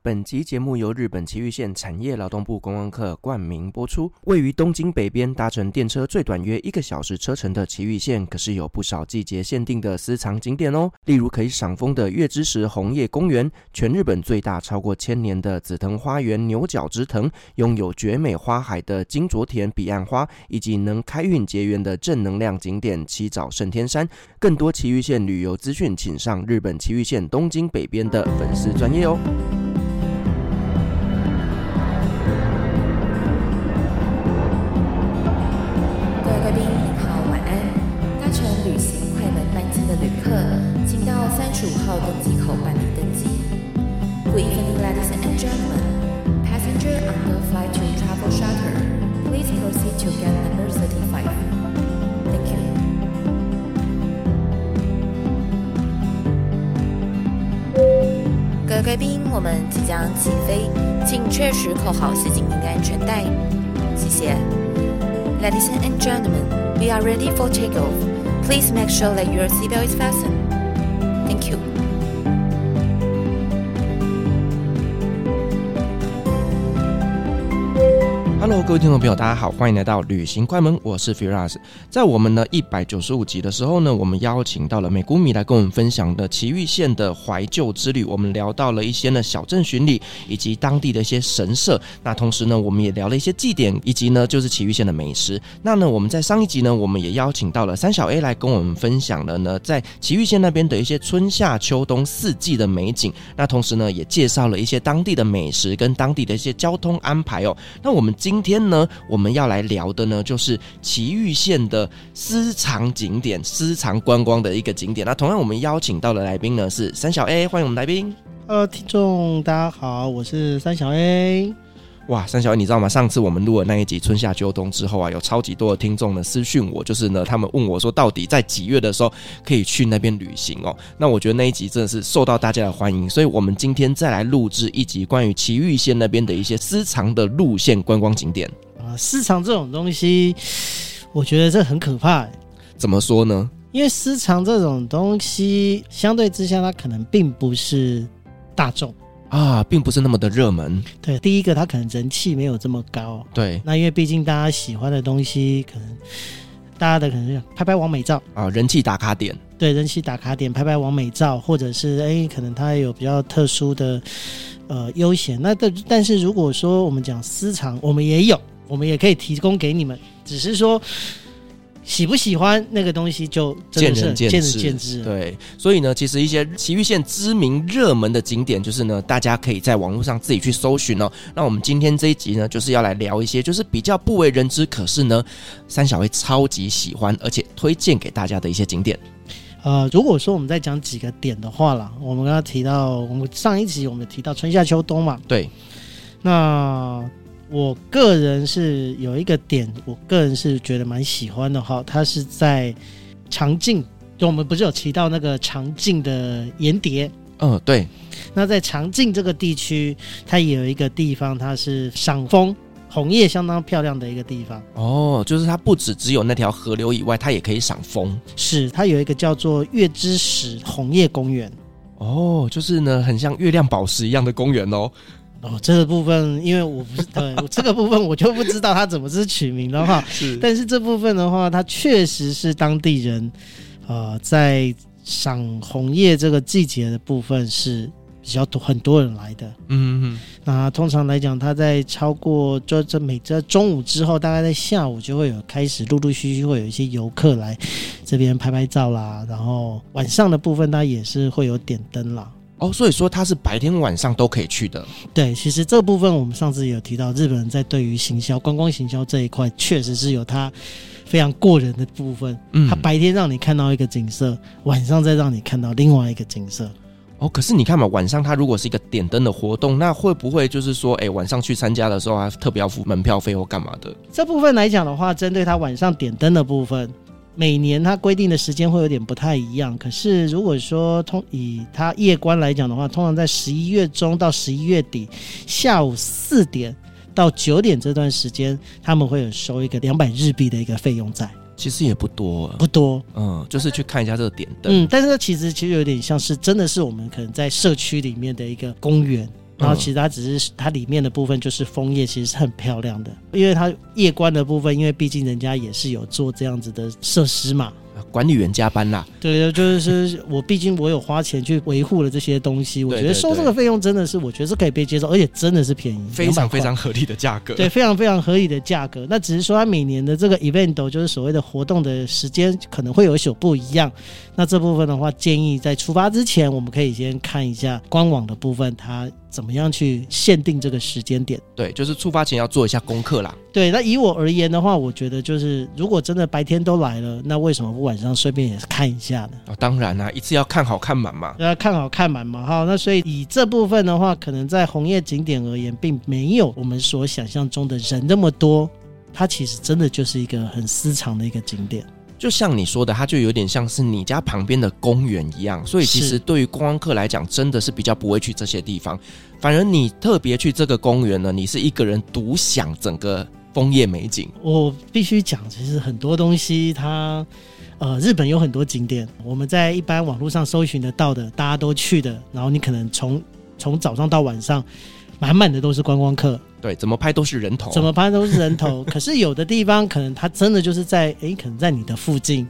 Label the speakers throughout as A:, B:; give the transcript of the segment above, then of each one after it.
A: 本集节目由日本崎玉县产业劳动部观光课冠名播出。位于东京北边，搭乘电车最短约一个小时车程的崎玉县，可是有不少季节限定的私藏景点哦。例如可以赏枫的月之石红叶公园，全日本最大超过千年的紫藤花园牛角之藤，拥有绝美花海的金卓田彼岸花，以及能开运结缘的正能量景点七沼胜天山。更多崎玉县旅游资讯，请上日本崎玉县东京北边的粉丝专业哦。
B: 各位贵宾好，晚安。搭乘旅行快门班机的旅客，请到三十五号登机口办理登机。Good evening, ladies and gentlemen. Passenger on the flight to Travel Charter, please proceed to gate number thirty-five. Thank you. 各位贵宾，我们即将起飞，请确实扣好系紧您的安全带，谢谢。Ladies and gentlemen, we are ready for takeoff. Please make sure that your seatbelt is fastened. Thank you.
A: 哈喽，各位听众朋友，大家好，欢迎来到旅行快门，我是 Firas。在我们呢一百九十五集的时候呢，我们邀请到了美谷米来跟我们分享的崎玉县的怀旧之旅。我们聊到了一些呢小镇巡礼，以及当地的一些神社。那同时呢，我们也聊了一些祭典，以及呢就是崎玉县的美食。那呢，我们在上一集呢，我们也邀请到了三小 A 来跟我们分享了呢在崎玉县那边的一些春夏秋冬四季的美景。那同时呢，也介绍了一些当地的美食跟当地的一些交通安排哦。那我们今天呢，我们要来聊的呢，就是崎玉县的私藏景点、私藏观光的一个景点。那同样，我们邀请到的来宾呢是三小 A，欢迎我们来宾。
C: Hello，听众大家好，我是三小 A。
A: 哇，三小 A，你知道吗？上次我们录了那一集春夏秋冬之后啊，有超级多的听众呢私讯我，就是呢，他们问我说，到底在几月的时候可以去那边旅行哦？那我觉得那一集真的是受到大家的欢迎，所以我们今天再来录制一集关于崎玉县那边的一些私藏的路线观光景点。
C: 啊、私藏这种东西，我觉得这很可怕欸，
A: 怎么说呢？
C: 因为私藏这种东西，相对之下，它可能并不是大众。
A: 啊，并不是那么的热门。
C: 对，第一个它可能人气没有这么高，
A: 对
C: 那因为毕竟大家喜欢的东西，可能大家的可能拍拍完美照，
A: 啊，人气打卡点
C: 对人气打卡点拍拍完美照，或者是哎、可能它有比较特殊的呃悠闲。那但但是如果说我们讲私藏，我们也有，我们也可以提供给你们，只是说喜不喜欢那个东西就真的是
A: 仁见
C: 见
A: 智，
C: 仁见智。
A: 对，所以呢，其实一些崎玉县知名热门的景点，就是呢，大家可以在网络上自己去搜寻哦。那我们今天这一集呢，就是要来聊一些就是比较不为人知，可是呢，三小会超级喜欢，而且推荐给大家的一些景点。
C: 呃，如果说我们再讲几个点的话啦，我们刚刚提到，我们上一集我们提到春夏秋冬嘛，
A: 对，
C: 那我个人是有一个点，我个人是觉得蛮喜欢的哈，它是在长镜，就我们不是有提到那个长镜的岩碟，
A: 嗯，对，
C: 那在长镜这个地区，它也有一个地方，它是赏枫红叶相当漂亮的一个地方，
A: 哦，就是它不止只有那条河流以外，它也可以赏枫。
C: 是它有一个叫做月之石红叶公园。
A: 哦，就是呢，很像月亮宝石一样的公园哦。
C: 哦，这个部分因为我不是对我这个部分我就不知道它怎么是取名的哈，
A: 是
C: 但是这部分的话，它确实是当地人，呃，在赏红叶这个季节的部分是比较多很多人来的。
A: 嗯嗯
C: 那通常来讲，它在超过这这每这中午之后，大概在下午就会有开始陆陆续续会有一些游客来这边拍拍照啦，然后晚上的部分它也是会有点灯啦。
A: 哦，所以说它是白天晚上都可以去的。
C: 对，其实这部分我们上次有提到，日本人在对于行销、观光行销这一块，确实是有它非常过人的部分。
A: 嗯
C: 它白天让你看到一个景色，晚上再让你看到另外一个景色。
A: 哦，可是你看嘛，晚上它如果是一个点灯的活动，那会不会就是说，哎、晚上去参加的时候啊，特别要付门票费或干嘛的？
C: 这部分来讲的话，针对它晚上点灯的部分，每年它规定的时间会有点不太一样。可是如果说通以它夜观来讲的话，通常在十一月中到十一月底下午四点到九点这段时间，他们会有收一个两百日币的一个费用在，
A: 其实也不多，
C: 不多。
A: 嗯，就是去看一下这个
C: 嗯
A: 点灯。嗯
C: 嗯，但是它其实其实有点像是真的是我们可能在社区里面的一个公园。然后其实它只是它里面的部分就是枫叶，其实是很漂亮的，因为它夜观的部分，因为毕竟人家也是有做这样子的设施嘛。
A: 管理员加班啦，
C: 对，就是 我毕竟我有花钱去维护了这些东西，我觉
A: 对
C: 得
A: 对
C: 收这个费用真的是，我觉得是可以被接受，而且真的是便宜，
A: 非常
C: 200块
A: 非常合理的价格。
C: 对，非常非常合理的价格。那只是说它每年的这个 event 就是所谓的活动的时间可能会有所不一样。那这部分的话，建议在出发之前，我们可以先看一下官网的部分，它怎么样去限定这个时间点。
A: 对，就是出发前要做一下功课啦。
C: 对，那以我而言的话，我觉得就是如果真的白天都来了，那为什么不晚上顺便也看一下呢？
A: 啊，当然啦、一次要看好看满嘛。
C: 要看好看满嘛哈。那所以以这部分的话，可能在红叶景点而言，并没有我们所想象中的人那么多。它其实真的就是一个很私藏的一个景点。
A: 就像你说的，它就有点像是你家旁边的公园一样，所以其实
C: 是
A: 对于观光客来讲，真的是比较不会去这些地方。反而你特别去这个公园呢，你是一个人独享整个枫叶美景。
C: 我必须讲，其实很多东西它，呃，日本有很多景点，我们在一般网络上搜寻得到的，大家都去的，然后你可能从从早上到晚上，满满的都是观光客，
A: 对，怎么拍都是人头。
C: 怎么拍都是 人头。可是有的地方可能它真的就是在，诶，可能在你的附近，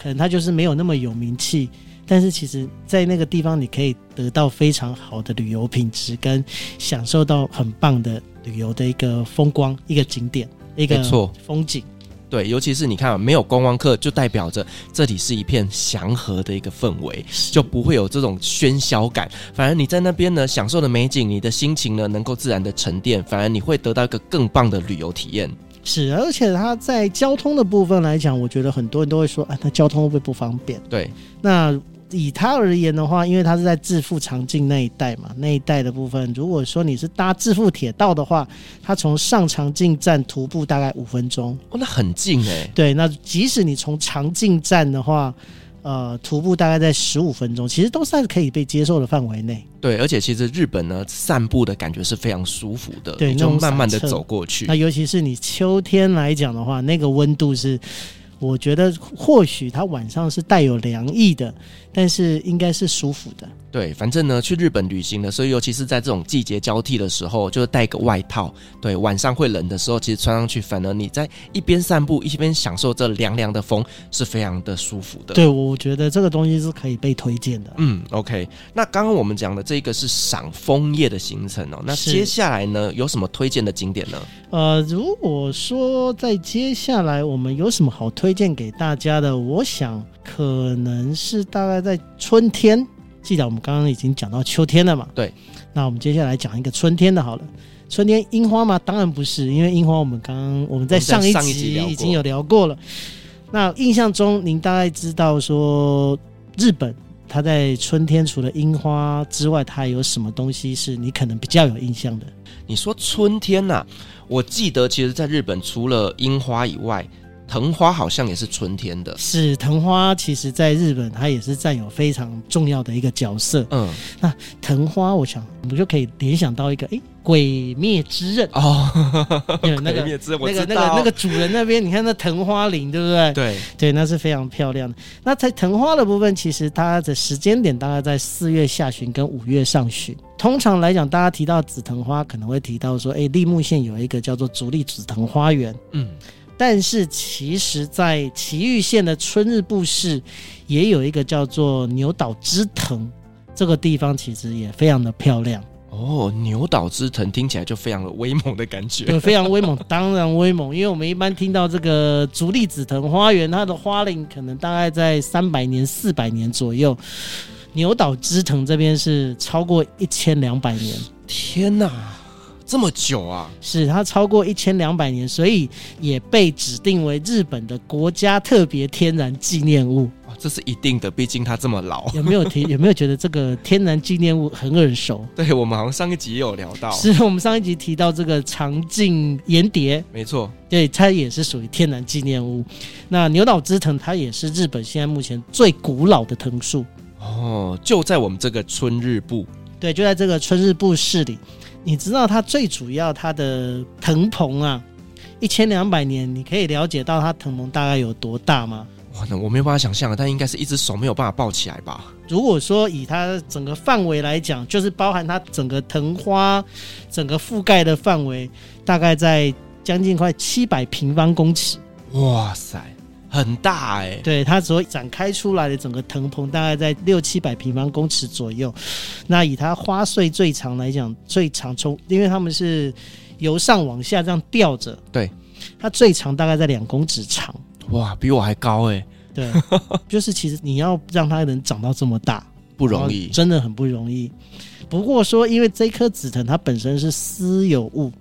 C: 可能它就是没有那么有名气，但是其实在那个地方你可以得到非常好的旅游品质，跟享受到很棒的旅游的一个风光、一个景点、一
A: 没
C: 个
A: 错
C: 风景。
A: 对，尤其是你看、啊，没有观光客，就代表着这里是一片祥和的一个氛围，就不会有这种喧嚣感。反而你在那边呢，享受的美景，你的心情呢能够自然的沉淀，反而你会得到一个更棒的旅游体验。
C: 是，而且它在交通的部分来讲，我觉得很多人都会说，啊，那交通会不会不方便？
A: 对，
C: 那以它而言的话，因为它是在致富长径那一带嘛，那一带的部分，如果说你是搭致富铁道的话，它从上长径站徒步大概五分钟。
A: 哦，那很近哎、
C: 对，那即使你从长径站的话，呃，徒步大概在十五分钟，其实都算可以被接受的范围内。
A: 对，而且其实日本呢，散步的感觉是非常舒服的，
C: 对
A: 你就
C: 那种
A: 慢慢的
C: 散策
A: 走过去
C: 那。尤其是你秋天来讲的话，那个温度是，我觉得或许它晚上是带有凉意的，但是应该是舒服的。
A: 对，反正呢，去日本旅行的时候，尤其是在这种季节交替的时候，就是带个外套。对，晚上会冷的时候，其实穿上去，反而你在一边散步一边享受这凉凉的风，是非常的舒服的。
C: 对，我觉得这个东西是可以被推荐的。
A: 嗯，OK。那刚刚我们讲的这个是赏枫叶的行程哦，那
C: 是
A: 接下来呢，有什么推荐的景点呢？
C: 呃，如果说在接下来我们有什么好推荐给大家的，我想可能是大概在春天。记得我们刚刚已经讲到秋天了嘛？
A: 对。
C: 那我们接下来讲一个春天的好了。春天樱花吗？当然不是，因为樱花我们刚刚我们在上
A: 我们在上一集
C: 集
A: 聊过
C: 已经有聊过了。那印象中，您大概知道说日本它在春天除了樱花之外，它还有什么东西是你可能比较有印象的？
A: 你说春天呐、我记得其实在日本除了樱花以外，藤花好像也是春天的。
C: 是藤花，其实在日本它也是占有非常重要的一个角色。
A: 嗯，
C: 藤花，我想我们就可以联想到一个，诶，鬼灭之 刃》
A: 哦，
C: 对那个
A: 鬼灭之刃我
C: 那个
A: 知
C: 那
A: 道
C: 个那个主人那边，你看那藤花林，对不对？
A: 对，
C: 对，那是非常漂亮的。那在藤花的部分，其实它的时间点大概在四月下旬跟五月上旬。通常来讲，大家提到紫藤花，可能会提到说，诶，立木县有一个叫做足立紫藤花园。
A: 嗯，
C: 但是其实，在崎玉县的春日部市，也有一个叫做牛岛之藤，这个地方其实也非常的漂亮，
A: 哦，牛岛之藤听起来就非常的威猛的感觉。
C: 对，非常威猛，当然威猛，因为我们一般听到这个竹立紫藤花园，它的花龄可能大概在三百年、四百年左右。牛岛之藤这边是超过一千两百年，
A: 天哪，这么久啊！
C: 是它超过一千两百年，所以也被指定为日本的国家特别天然纪念物。
A: 哇这是一定的，毕竟它这么老。
C: 有没有提？有没有觉得这个天然纪念物很耳熟？
A: 对我们好像上一集也有聊到，
C: 是我们上一集提到这个长颈岩蝶，
A: 没错，
C: 对，它也是属于天然纪念物。那牛岛之藤，它也是日本现在目前最古老的藤树。
A: 哦，就在我们这个春日部，
C: 对，就在这个春日部市里，你知道它最主要它的藤棚啊，一千两百年，你可以了解到它藤棚大概有多大吗？
A: 哇，哇，那我没有办法想象啊，但应该是一只手没有办法抱起来吧？
C: 如果说以它整个范围来讲，就是包含它整个藤花整个覆盖的范围，大概在将近快七百平方公尺。
A: 哇塞，很大哎、
C: 对它所展开出来的整个藤棚大概在六七百平方公尺左右。那以它花穗最长来讲，最长从因为它们是由上往下这样吊着，
A: 对，
C: 它最长大概在两公尺长。
A: 哇，比我还高哎、
C: 对，就是其实你要让它能长到这么大
A: 不
C: 然后
A: 容易。
C: 真的很不容易。不过说，因为这棵紫藤它本身是私有物，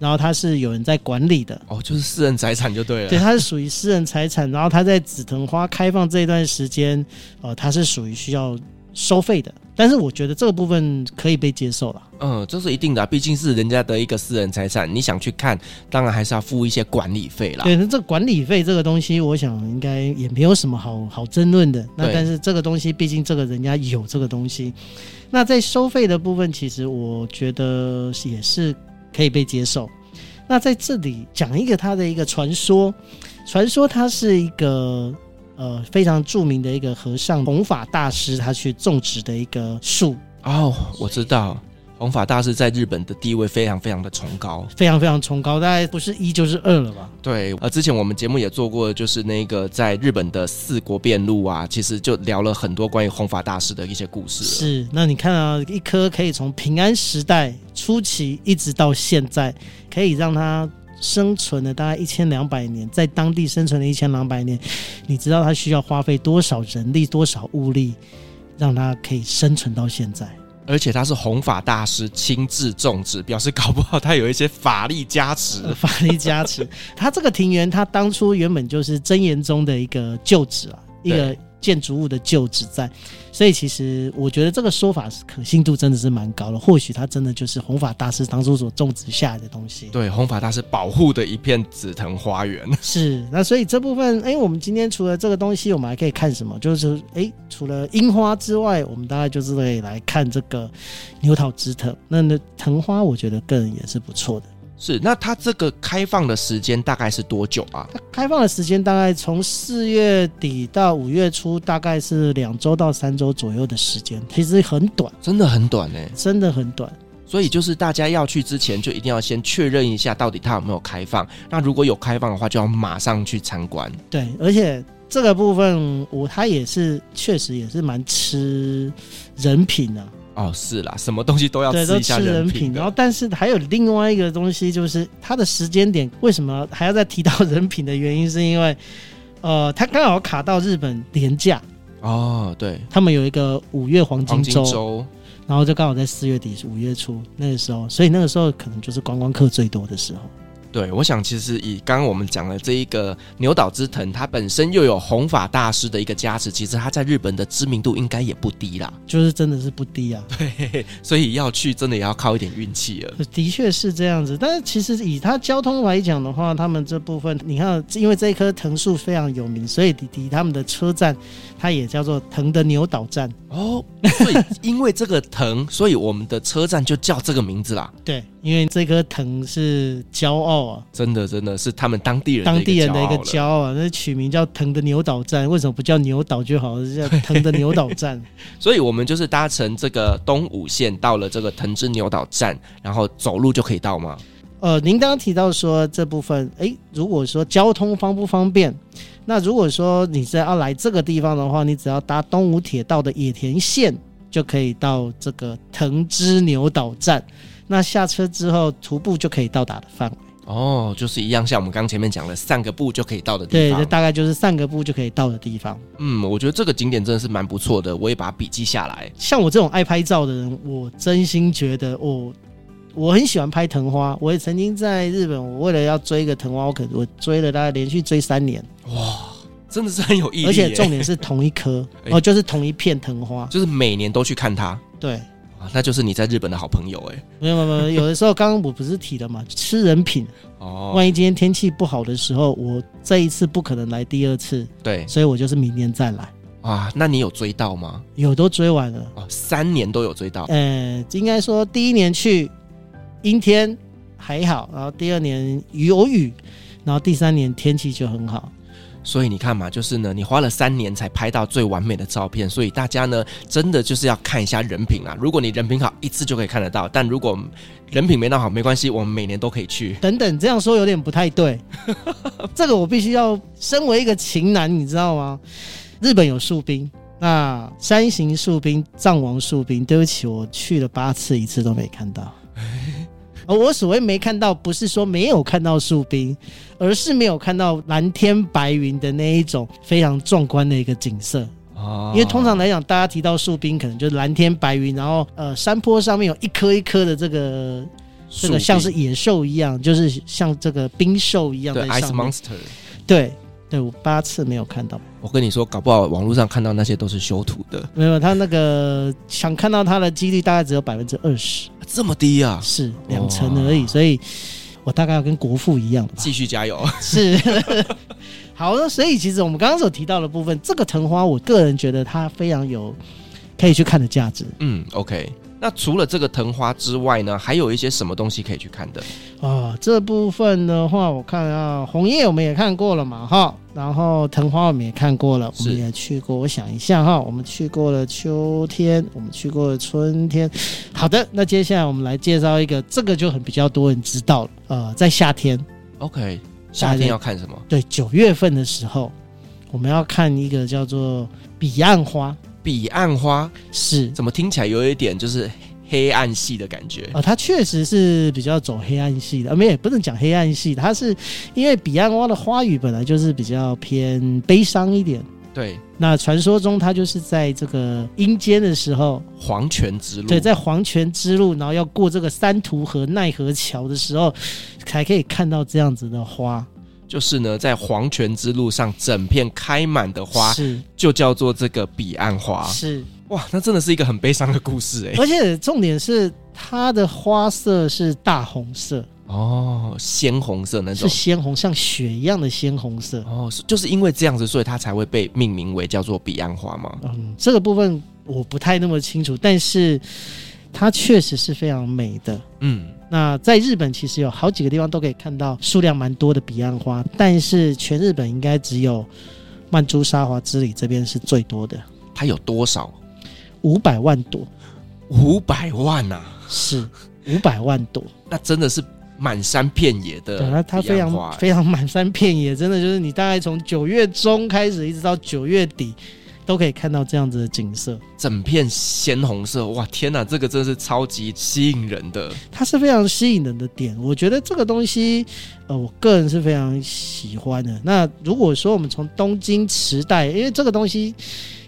C: 然后它是有人在管理的，
A: 哦，就是私人财产就对了。啊
C: 对，它是属于私人财产。然后它在紫藤花开放这一段时间，呃，它是属于需要收费的。但是我觉得这个部分可以被接受了。
A: 嗯，这是一定的啊、毕竟是人家的一个私人财产，你想去看，当然还是要付一些管理费啦。
C: 对，那这个管理费这个东西，我想应该也没有什么好好争论的。那
A: 对
C: 但是这个东西，毕竟这个人家有这个东西，那在收费的部分，其实我觉得也是可以被接受。那在这里讲一个他的一个传说，传说他是一个呃非常著名的一个和尚弘法大师，他去种植的一个树，
A: 哦，我知道，弘法大师在日本的地位非常非常的崇高。
C: 非常非常崇高，大概不是一就是二了吧？
A: 对，呃，之前我们节目也做过，就是那个在日本的四国辩路啊，其实就聊了很多关于弘法大师的一些故事。，
C: 是，那你看啊，一棵可以从平安时代初期一直到现在，可以让它生存了大概一千两百年，在当地生存了一千两百年，你知道它需要花费多少人力、多少物力，让它可以生存到现在。
A: 而且他是弘法大师亲自种植，表示搞不好他有一些法力加持。
C: 呃法力加 持。它这个庭园，它当初原本就是真言宗的一个旧址啊，一个建筑物的旧址在，所以其实我觉得这个说法是可信度真的是蛮高的。或许它真的就是弘法大师当初所种植下来的东西。
A: 对，弘法大师保护的一片紫藤花园。
C: 是，那所以这部分，哎，我们今天除了这个东西，我们还可以看什么？就是，哎，除了樱花之外，我们大概就是可以来看这个牛桃之藤。那那藤花，我觉得个人也是不错的。
A: 是，那它这个开放的时间大概是多久啊？
C: 它开放的时间大概从四月底到五月初，大概是两周到三周左右的时间，其实很短，
A: 真的很短呢、欸
C: 真的很短。
A: 所以就是大家要去之前，就一定要先确认一下到底它有没有开放。那如果有开放的话，就要马上去参观。
C: 对，而且这个部分我它也是确实也是蛮吃人品的、啊
A: 哦，是啦，什么东西都要
C: 对，
A: 吃
C: 都
A: 一下
C: 吃人
A: 品
C: 品。
A: 的
C: 然后，但是还有另外一个东西，就是它的时间点为什么还要再提到人品的原因，是因为呃，它刚好卡到日本廉价，
A: 哦，对，
C: 他们有一个五月黄
A: 黄金
C: 金周。
A: 周
C: 然后就刚好在四月底五月初那个时候，所以那个时候可能就是观光客最多的时候。
A: 对，我想其实以刚刚我们讲的这一个牛岛之藤，它本身又有弘法大师的一个加持，其实它在日本的知名度应该也不低啦。
C: 就是真的是不低啊，
A: 嘿嘿嘿，所以要去真的也要靠一点运气了。
C: 的确是这样子。但是其实以它交通来讲的话，他们这部分你看，因为这一棵藤树非常有名，所以迪迪他们的车站，它也叫做藤的牛岛站。
A: 哦，所以因为这个藤，所以我们的车站就叫这个名字啦。
C: 对，因为这棵藤是骄傲啊，
A: 真的，真的是他们当地人
C: 当地人的一个
A: 骄傲了。
C: 骄傲啊，那取名叫藤的牛岛站，为什么不叫牛岛就好？叫藤的牛岛站。
A: 所以我们就是搭乘这个东武线到了这个藤之牛岛站，然后走路就可以到吗？
C: 呃，您刚刚提到说这部分，诶，如果说交通方不方便，那如果说你是要来这个地方的话，你只要搭东武铁道的野田线就可以到这个藤之牛岛站。那下车之后，徒步就可以到达的范围，
A: 哦，就是一样，像我们刚前面讲的，散个步就可以到的地
C: 对，
A: 方
C: 这。大概就是散个步就可以到的地方。
A: 嗯，我觉得这个景点真的是蛮不错的，我也把它笔记下来。
C: 像我这种爱拍照的人，我真心觉得我我很喜欢拍藤花。我也曾经在日本，我为了要追一个藤花，我可我追了大概连续追三年，
A: 真的是很有意义耶，
C: 而且重点是同一棵
A: 哎
C: 哦，就是同一片藤花。
A: 就是每年都去看它，
C: 对，
A: 哇那就是你在日本的好朋友哎。
C: 没有没有没有，有的时候刚刚我不是提了嘛，吃人品。
A: 哦，
C: 万一今天天气不好的时候，我这一次不可能来第二次，
A: 对
C: 所以我就是明年再来。
A: 啊，那你有追到吗？
C: 有都追完了，
A: 哦，三年都有追到。
C: 呃，应该说第一年去阴天还好，然后第二年有雨，然后第三年天气就很好。
A: 所以你看嘛，就是呢，你花了三年才拍到最完美的照片，所以大家呢，真的就是要看一下人品啊啦。如果你人品好，一次就可以看得到；但如果人品没那好，没关系，我们每年都可以去。
C: 等等，这样说有点不太对。这个我必须要，身为一个情男，你知道吗？日本有树冰，那山形树冰、藏王树冰，对不起，我去了八次，一次都没看到。而我所谓没看到，不是说没有看到树冰，而是没有看到蓝天白云的那一种非常壮观的一个景色。
A: 哦
C: 因为通常来讲，大家提到树冰，可能就是蓝天白云，然后呃，山坡上面有一颗一颗的这个这
A: 树
C: 个
A: 冰
C: 像是野兽一样，就是像这个冰兽一样在
A: 对 Ice
C: 上面。
A: Monster。
C: 对对，我八次没有看到，
A: 我跟你说，搞不好网络上看到那些都是修图的，
C: 没有他那个想看到他的几率大概只有百分之二十，
A: 这么低啊！
C: 是两成而已，所以我大概要跟国父 一样吧。
A: 继续加油，
C: 是， 好，那所以其实我们刚刚所提到的部分，这个藤花，我个人觉得它非常有可以去看的价值。
A: 嗯，OK。那除了这个藤花之外呢，还有一些什么东西可以去看的？
C: 啊、这部分的话，我看啊，红叶我们也看过了嘛，哈，然后藤花我们也看过了，我
A: 是
C: 们也去过。我想一下哈，我们去过了秋天，我们去过了春天。好的，那接下来我们来介绍一个，这个就很比较多人知道了。呃，在夏天，
A: OK，夏天要看什么？
C: 对九月份的时候，我们要看一个叫做彼岸花，
A: 彼岸花，
C: 是
A: 怎么听起来有一点就是黑暗系的感觉？
C: 啊、它确实是比较走黑暗系的，啊，没有也不能讲黑暗系，它是因为彼岸花的花语本来就是比较偏悲伤一点。
A: 对，
C: 那传说中它就是在这个阴间的时候，
A: 黄泉之路。
C: 对，在黄泉之路，然后要过这个三途河奈何桥的时候，才可以看到这样子的花
A: 就是呢，在黄泉之路上，整片开满的花
C: 是
A: 就叫做这个彼岸花。
C: 是，
A: 哇，那真的是一个很悲伤的故事哎。
C: 而且重点是它的花色是大红色，
A: 哦，鲜红色那
C: 是
A: 种。
C: 鲜红，像血一样的鲜红色。
A: 哦，是就是因为这样子，所以它才会被命名为叫做彼岸花嘛。
C: 嗯，这个部分我不太那么清楚，但是它确实是非常美的。
A: 嗯，
C: 那在日本其实有好几个地方都可以看到数量蛮多的彼岸花，但是全日本应该只有曼珠沙华之里这边是最多的，
A: 它有多少？
C: 五百万朵，
A: 五百万呐、
C: 是 五百万朵。
A: 那真的是满山遍野的
C: 对，啊它它
A: 彼岸
C: 非
A: 花
C: 常
A: 哎
C: 非常满山遍野，真的就是你大概从九月中开始一直到九月底，都可以看到这样子的景色。
A: 整片鲜红色，哇，天哪，这个真是超级吸引人的。
C: 它是非常吸引人的点。我觉得这个东西，呃，我个人是非常喜欢的。那如果说我们从东京池袋，因为这个东西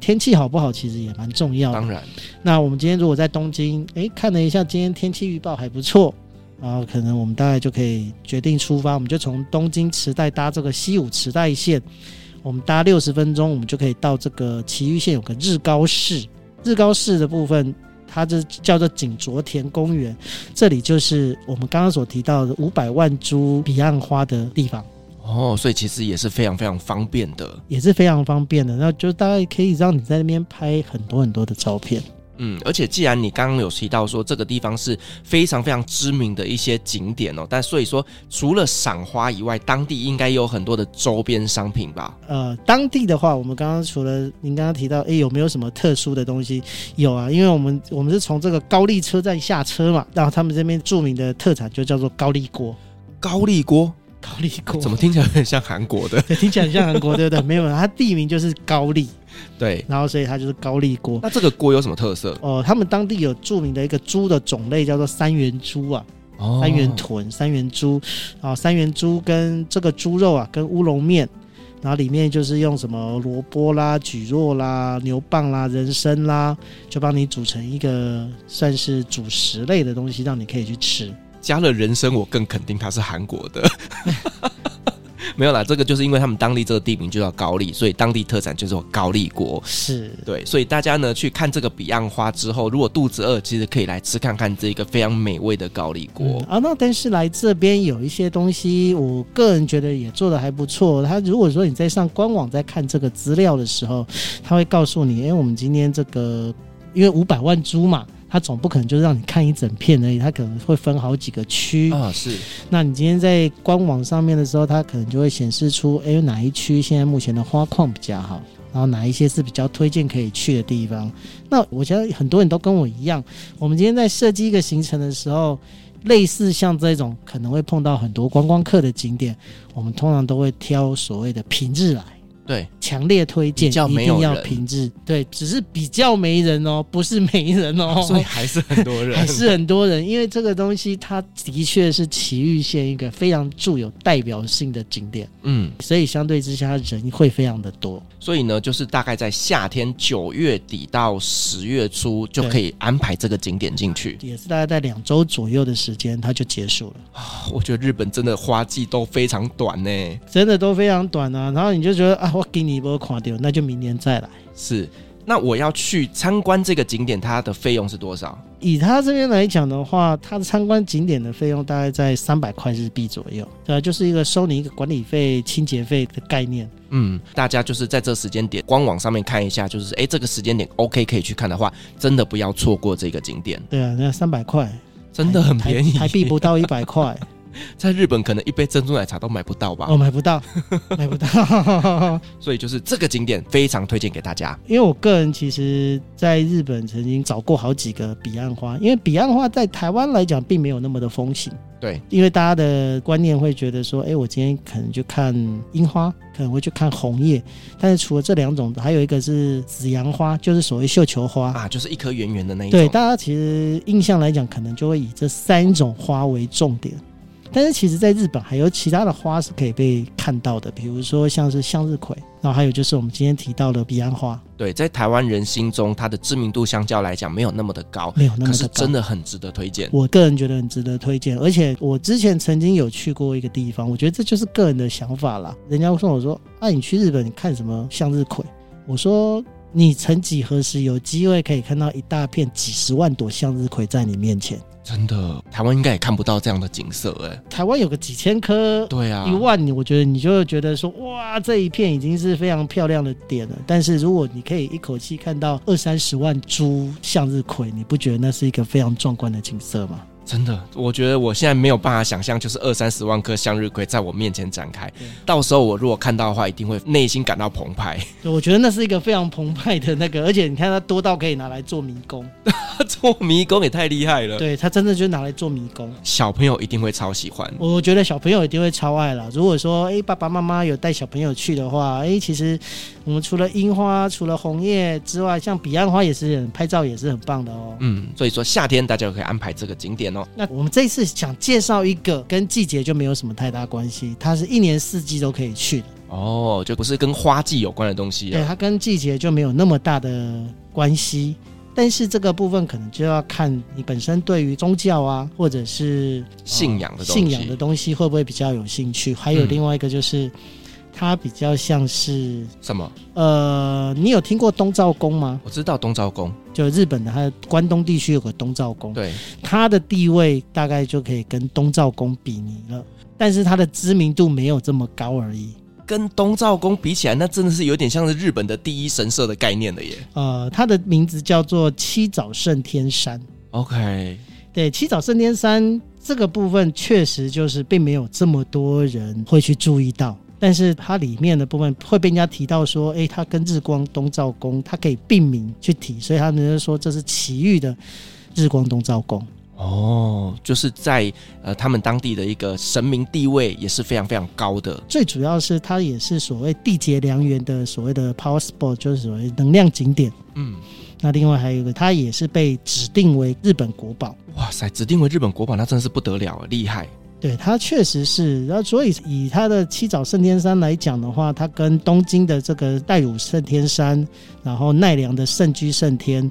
C: 天气好不好其实也蛮重要的。
A: 当然，
C: 那我们今天如果在东京，诶，看了一下今天天气预报还不错。然后可能我们大概就可以决定出发，我们就从东京池袋搭这个西武池袋线，我们搭六十分钟，我们就可以到这个埼玉县有个日高市。日高市的部分，它这叫做景卓田公园，这里就是我们刚刚所提到的五百万株彼岸花的地方，
A: 哦，所以其实也是非常非常方便的。
C: 也是非常方便的。那就大概可以让你在那边拍很多很多的照片。
A: 嗯，而且既然你刚刚有提到说这个地方是非常非常知名的一些景点哦，但所以说除了赏花以外，当地应该有很多的周边商品吧？
C: 呃，当地的话，我们刚刚除了您刚刚提到，诶，有没有什么特殊的东西？有啊，因为我们我们是从这个高丽车站下车嘛，然后他们这边著名的特产就叫做高丽锅。
A: 高丽锅
C: 高丽锅
A: 怎么听起来有点像韩国的？
C: 对听起来很像韩国，对不对？没有，它地名就是高丽，
A: 对，
C: 然后所以它就是高丽锅。
A: 那这个锅有什么特色？
C: 哦、他们当地有著名的一个猪的种类叫做三元猪啊，
A: 哦
C: 三元豚、三元猪，啊，三元猪跟这个猪肉啊，跟乌龙面，然后里面就是用什么萝卜啦、蒟蒻啦、牛蒡啦、人参啦，就帮你煮成一个算是主食类的东西，让你可以去吃。
A: 加了人参，我更肯定它是韩国的。 没有啦，这个就是因为他们当地这个地名就叫高丽，所以当地特产就是有高丽锅。
C: 是，
A: 对，所以大家呢去看这个彼岸花之后，如果肚子饿，其实可以来吃看看这一个非常美味的高丽
C: 嗯
A: 锅。
C: 啊，那但是来这边有一些东西，我个人觉得也做的还不错。他如果说你在上官网在看这个资料的时候，他会告诉你，哎、我们今天这个因为五百万株嘛，它总不可能就让你看一整片而已，它可能会分好几个区。
A: 啊，是
C: 那你今天在官网上面的时候，它可能就会显示出，哎，哪一区现在目前的花况比较好，然后哪一些是比较推荐可以去的地方。那我觉得很多人都跟我一样，我们今天在设计一个行程的时候，类似像这种可能会碰到很多观光客的景点，我们通常都会挑所谓的平日来。
A: 对，
C: 强烈推荐，
A: 比较
C: 一
A: 没
C: 定
A: 有
C: 要
A: 人
C: 平日。对，只是比较没人 哦，不是没人哦，
A: 所以还 是很多人
C: 还，是很多人，因为这个东西它的确是奇遇县一个非常具有代表性的景点，
A: 嗯，
C: 所以相对之下人会非常的多。
A: 所以呢，就是大概在夏天九月底到十月初就可以安排这个景点进去。
C: 也是大概在两周左右的时间，它就结束了，
A: 啊我觉得日本真的花季都非常短呢，
C: 真的都非常短啊。然后你就觉得啊，我给你一波垮掉，那就明年再来。
A: 是。那我要去参观这个景点，它的费用是多少？
C: 以他这边来讲的话，他的参观景点的费用大概在三百块日币左右，对啊，就是一个收你一个管理费、清洁费的概念。
A: 嗯，大家就是在这时间点，官网上面看一下，就是诶，这个时间点 OK 可以去看的话，真的不要错过这个景点，
C: 对啊，那三百块
A: 真的很
C: 台
A: 便宜，
C: 台币不到一百块，
A: 在日本可能一杯珍珠奶茶都买不到吧，
C: 哦，买不到，买不到。
A: 所以就是这个景点非常推荐给大家。
C: 因为我个人其实在日本曾经找过好几个彼岸花，因为彼岸花在台湾来讲并没有那么的风行。
A: 对，
C: 因为大家的观念会觉得说，哎，我今天可能就看樱花，可能会去看红叶，但是除了这两种，还有一个是紫阳花，就是所谓绣球花。
A: 啊，就是一颗圆圆的那一种，
C: 对，大家其实印象来讲，可能就会以这三种花为重点。但是其实，在日本还有其他的花是可以被看到的，比如说像是向日葵，然后还有就是我们今天提到的彼岸花，
A: 对，在台湾人心中，它的知名度相较来讲没有那么的高，
C: 没有那么
A: 可
C: 的
A: 是
C: 高
A: 真。的很值得推荐。
C: 我个人觉得很值得推荐，而且我之前曾经有去过一个地方，我觉得这就是个人的想法啦。人家问我说：“啊，你去日本你看什么向日葵？”我说：“你曾几何时有机会可以看到一大片几十万朵向日葵在你面前？
A: 真的，台湾应该也看不到这样的景色哎、
C: 台湾有个几千棵，
A: 对啊，
C: 一万，你我觉得你就会觉得说，哇，这一片已经是非常漂亮的点了。但是如果你可以一口气看到二三十万株向日葵，你不觉得那是一个非常壮观的景色吗？
A: 真的，我觉得我现在没有办法想象，就是二三十万颗向日葵在我面前展开
C: 对，
A: 到时候我如果看到的话，一定会内心感到澎湃。
C: 对，我觉得那是一个非常澎湃的那个，而且你看它多到可以拿来做迷宫，
A: 做迷宫也太厉害了，
C: 对，它真的就拿来做迷宫。
A: 小朋友一定会超喜欢。
C: 我觉得小朋友一定会超爱啦。如果说，哎、爸爸妈妈有带小朋友去的话，哎、其实我们除了樱花、除了红叶之外，像彼岸花也是很拍照也是很棒的哦。
A: 嗯，所以说夏天大家可以安排这个景点哦。
C: 那我们这一次想介绍一个跟季节就没有什么太大关系，它是一年四季都可以去的，
A: 哦，就不是跟花季有关的东西啊
C: 对，
A: 了。
C: 它跟季节就没有那么大的关系。但是这个部分可能就要看你本身对于宗教啊，或者是、呃
A: 信仰的东西
C: 信仰的东西会不会比较有兴趣？还有
A: 嗯
C: 另外一个就是，它比较像是
A: 什么？
C: 呃，你有听过东照宫吗？
A: 我知道东照宫，
C: 就日本的，它的关东地区有个东照宫，
A: 对，
C: 它的地位大概就可以跟东照宫比拟了，但是它的知名度没有这么高而已。
A: 跟东照宫比起来，那真的是有点像是日本的第一神社的概念了耶。
C: 呃，它的名字叫做七早圣天山。
A: OK，
C: 对，七早圣天山这个部分确实就是并没有这么多人会去注意到，但是它里面的部分会被人家提到说，诶，它跟日光东照宫它可以并名去提，所以他们就说这是奇遇的日光东照宫。
A: 哦，就是在呃他们当地的一个神明地位也是非常非常高的。
C: 最主要是它也是所谓地节良缘的所谓的 power spot，就是所谓能量景点。
A: 嗯，
C: 那另外还有一个，它也是被指定为日本国宝。
A: 哇塞，指定为日本国宝，那真的是不得了，啊厉害。
C: 对，它确实是。然后，所以以它的七早圣天山来讲的话，它跟东京的这个代乳圣天山，然后奈良的圣居圣天，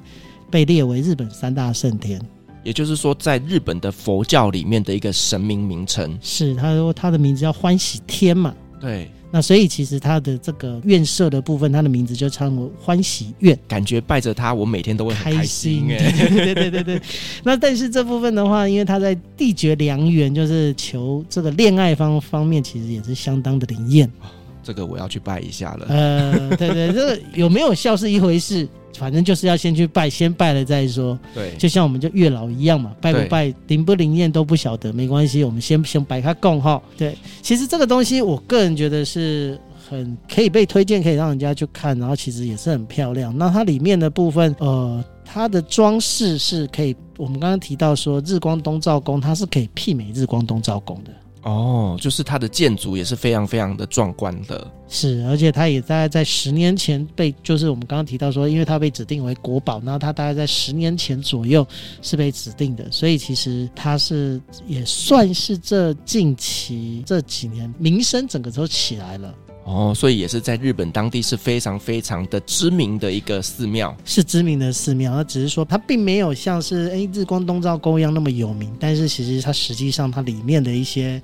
C: 被列为日本三大圣天。
A: 也就是说，在日本的佛教里面的一个神明名称。
C: 是，它说它的名字叫欢喜天嘛。
A: 对，
C: 那所以其实它的这个院舍的部分，它的名字就称为欢喜院。
A: 感觉拜着他，我每天都会很开心哎、
C: 对 对对对对。那但是这部分的话，因为他在地绝良缘，就是求这个恋爱方方面，其实也是相当的 灵验。
A: 这个我要去拜一下了。
C: 呃，对对，这个有没有效是一回事，反正就是要先去拜，先拜了再说。
A: 对，
C: 就像我们就月老一样嘛，拜
A: 对
C: 不拜、灵不灵验都不晓得，没关系，我们先先摆它供哈。对，其实这个东西我个人觉得是很可以被推荐，可以让人家去看，然后其实也是很漂亮。那它里面的部分，呃，它的装饰是可以，我们刚刚提到说日光东照宫，它是可以媲美日光东照宫的。
A: 哦，就是它的建筑也是非常非常的壮观的。
C: 是，而且它也大概在十年前被，就是我们刚刚提到说，因为它被指定为国宝，然后它大概在十年前左右是被指定的，所以其实它是也算是这近期这几年名声整个都起来了，
A: 哦，所以也是在日本当地是非常非常的知名的一个寺庙。
C: 是知名的寺庙。那只是说它并没有像是诶日光东照宫一样那么有名，但是其实它实际上它里面的一些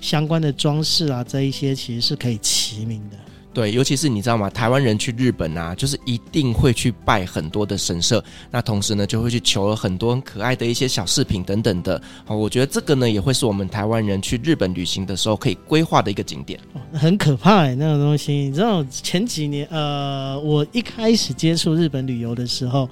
C: 相关的装饰啊，这一些其实是可以齐名的。
A: 对，尤其是你知道吗？台湾人去日本啊，就是一定会去拜很多的神社，那同时呢，就会去求了很多很可爱的一些小饰品等等的。哦，我觉得这个呢，也会是我们台湾人去日本旅行的时候可以规划的一个景点。
C: 很可怕哎、那种东西。你知道前几年，呃，我一开始接触日本旅游的时候，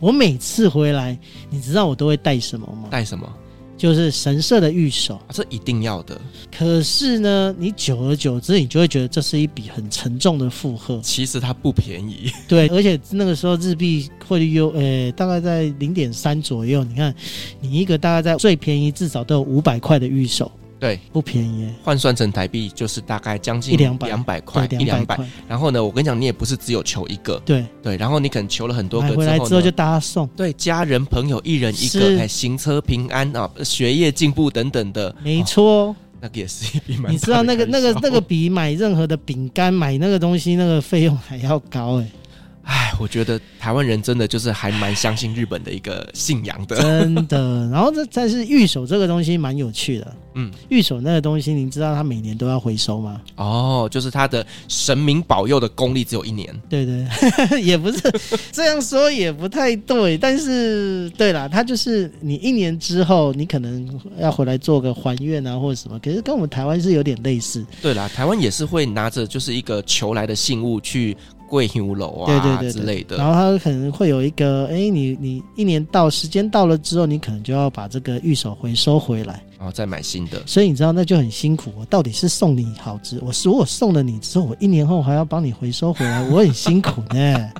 C: 我每次回来，你知道我都会带什么吗？
A: 带什么？
C: 就是神社的玉手。
A: 啊、这一定要的。
C: 可是呢，你久而久之，你就会觉得这是一笔很沉重的 负荷。
A: 其实它不便宜。
C: 对，而且那个时候日币汇率优，呃，大概在零点三左右。你看，你一个大概在最便宜至少都有五百块的玉手，
A: 对，
C: 不便宜欸、
A: 换算成台币就是大概将近
C: 一两百
A: 百块，
C: 对，两
A: 百
C: 百。块，
A: 然后呢，我跟你讲，你也不是只有求一个，
C: 对，
A: 对，然后你可能求了很多个
C: 买
A: 之后
C: 回
A: 呢，
C: 来之后就大家送。
A: 对家人朋友一人一
C: 是
A: 个，哎，行车平安啊，学业进步等等的，
C: 没
A: 哦
C: 错、
A: 那个也是一笔蛮大的
C: 你知道那个那个那个
A: 开销，
C: 比买任何的饼干、买那个东西那个费用还要高哎、
A: 哎，我觉得台湾人真的就是还蛮相信日本的一个信仰 的，
C: 真的。然后这但是玉手这个东西蛮有趣的，
A: 嗯，
C: 玉手那个东西，您知道它每年都要回收吗？
A: 哦，就是他的神明保佑的功力只有一年，
C: 对对， 也不是这样说也不太对，但是对啦，它就是你一年之后，你可能要回来做个还愿啊，或者什么，可是跟我们台湾是有点类似，
A: 对啦，台湾也是会拿着就是一个求来的信物去跪牛楼啊
C: 对对对对
A: 之类的，
C: 然后它可能会有一个，哎，你你一年到时间到了之后，你可能就要把这个玉手回收回来。
A: 然后再买新的。
C: 所以你知道那就很辛苦。我到底是送你好之，我如果送了你之后，我一年后还要帮你回收回来，我很辛苦呢。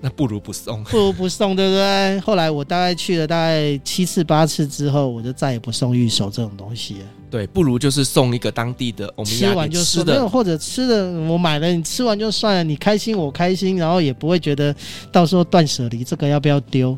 A: 那不如不送。
C: 不如不送，对不对？后来我大概去了大概七次八次之后，我就再也不送玉手这种东西了。
A: 对，不如就是送一个当地的欧米
C: 吃
A: 亚
C: 完
A: 给
C: 就
A: 吃
C: 说没有，
A: 的。
C: 或者吃的我买了，你吃完就算了，你开心我开心，然后也不会觉得到时候断舍离这个要不要丢？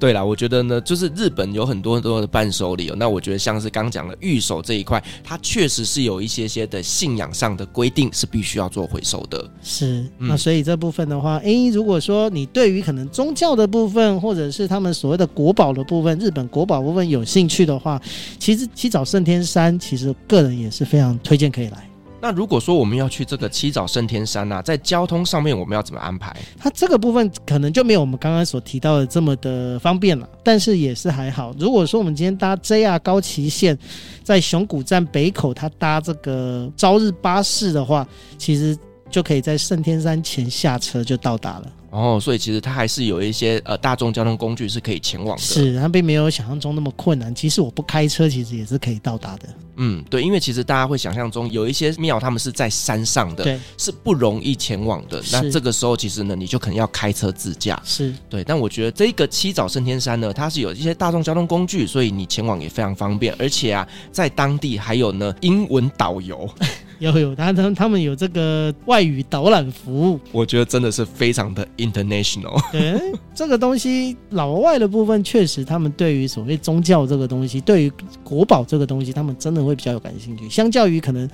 A: 对啦，我觉得呢，就是日本有很多很多的伴手礼、哦。那我觉得像是刚讲的玉手这一块，它确实是有一些些的信仰上的规定是必须要做回收的。
C: 是，
A: 嗯
C: 那所以这部分的话，诶，如果说你对于可能宗教的部分，或者是他们所谓的国宝的部分，日本国宝部分有兴趣的话，其实七早圣天山，其实个人也是非常推荐可以来。
A: 那如果说我们要去这个七早圣天山呐、在交通上面我们要怎么安排？
C: 它这个部分可能就没有我们刚刚所提到的这么的方便了，但是也是还好。如果说我们今天搭 JR 高崎线，在熊谷站北口，它搭这个朝日巴士的话，其实就可以在圣天山前下车就到达了。
A: 哦，所以其实它还是有一些呃大众交通工具是可以前往的。
C: 是，它并没有想象中那么困难。其实我不开车，其实也是可以到达的。
A: 嗯，对，因为其实大家会想象中有一些庙，他们是在山上的，
C: 对，
A: 是不容易前往的。
C: 是
A: 那这个时候，其实呢，你就可能要开车自驾。
C: 是
A: 对，但我觉得这个七早圣天山呢，它是有一些大众交通工具，所以你前往也非常方便。而且啊，在当地还有呢英文导游，
C: 有有，他他他们有这个外语导览服务。
A: 我觉得真的是非常的 international。
C: 对，这个东西老外的部分，确实他们对于所谓宗教这个东西，对于国宝这个东西，他们真的会比较有感兴趣。相较于可能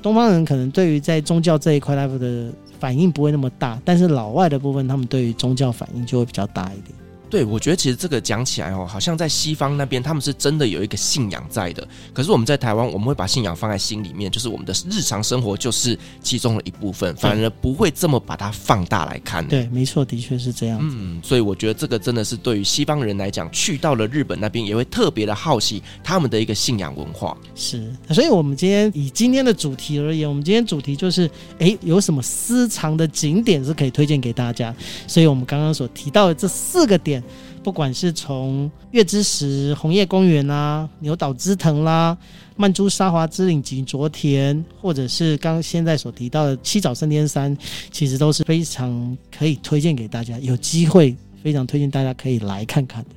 C: 东方人，可能对于在宗教这一块，他们的反应不会那么大，但是老外的部分，他们对于宗教反应就会比较大一点。
A: 对，我觉得其实这个讲起来哦，好像在西方那边他们是真的有一个信仰在的，可是我们在台湾，我们会把信仰放在心里面，就是我们的日常生活就是其中的一部分，反而不会这么把它放大来看。，
C: 对，没错，的确是这样。
A: 嗯，所以我觉得这个真的是对于西方人来讲，去到了日本那边也会特别的好奇他们的一个信仰文化。
C: 是，所以我们今天以今天的主题而言，我们今天主题就是，诶，有什么私藏的景点是可以推荐给大家？所以我们刚刚所提到的这四个点，不管是从月之石、红叶公园啦、啊牛岛之藤啦、曼珠沙华之岭及卓田，或者是刚现在所提到的七沼圣天山，其实都是非常可以推荐给大家，有机会非常推荐大家可以来看看的。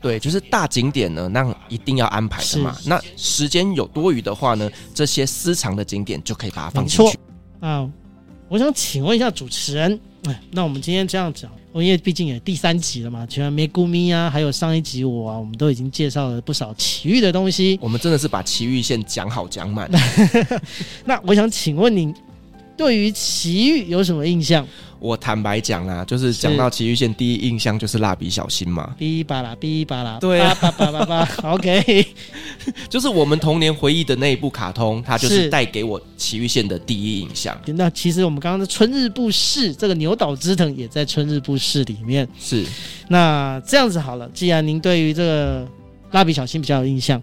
A: 对，就是大景点呢，那一定要安排的嘛。
C: 是
A: 那时间有多余的话呢，这些私藏的景点就可以把它放
C: 没
A: 进
C: 错
A: 去。。
C: 啊，我想请问一下主持人，哎，那我们今天这样讲，因为毕竟也第三集了嘛，全梅姑咪啊，还有上一集我啊，我们都已经介绍了不少奇遇的东西。
A: 我们真的是把奇遇线讲好讲 满。
C: 那我想请问您，对于奇遇有什么印象？
A: 我坦白讲啦，就是讲
C: 是
A: 到奇遇线，第一印象就是蜡笔小新嘛，
C: 哔吧啦，哔吧啦，
A: 对啊
C: 叭叭叭叭叭，OK，
A: 就是我们童年回忆的那一部卡通，它就是
C: 是
A: 带给我奇遇线的第一印象。
C: 那其实我们刚刚的春日部市，这个牛岛之藤也在春日部市里面。
A: 是，
C: 那这样子好了，既然您对于这个蜡笔小新比较有印象，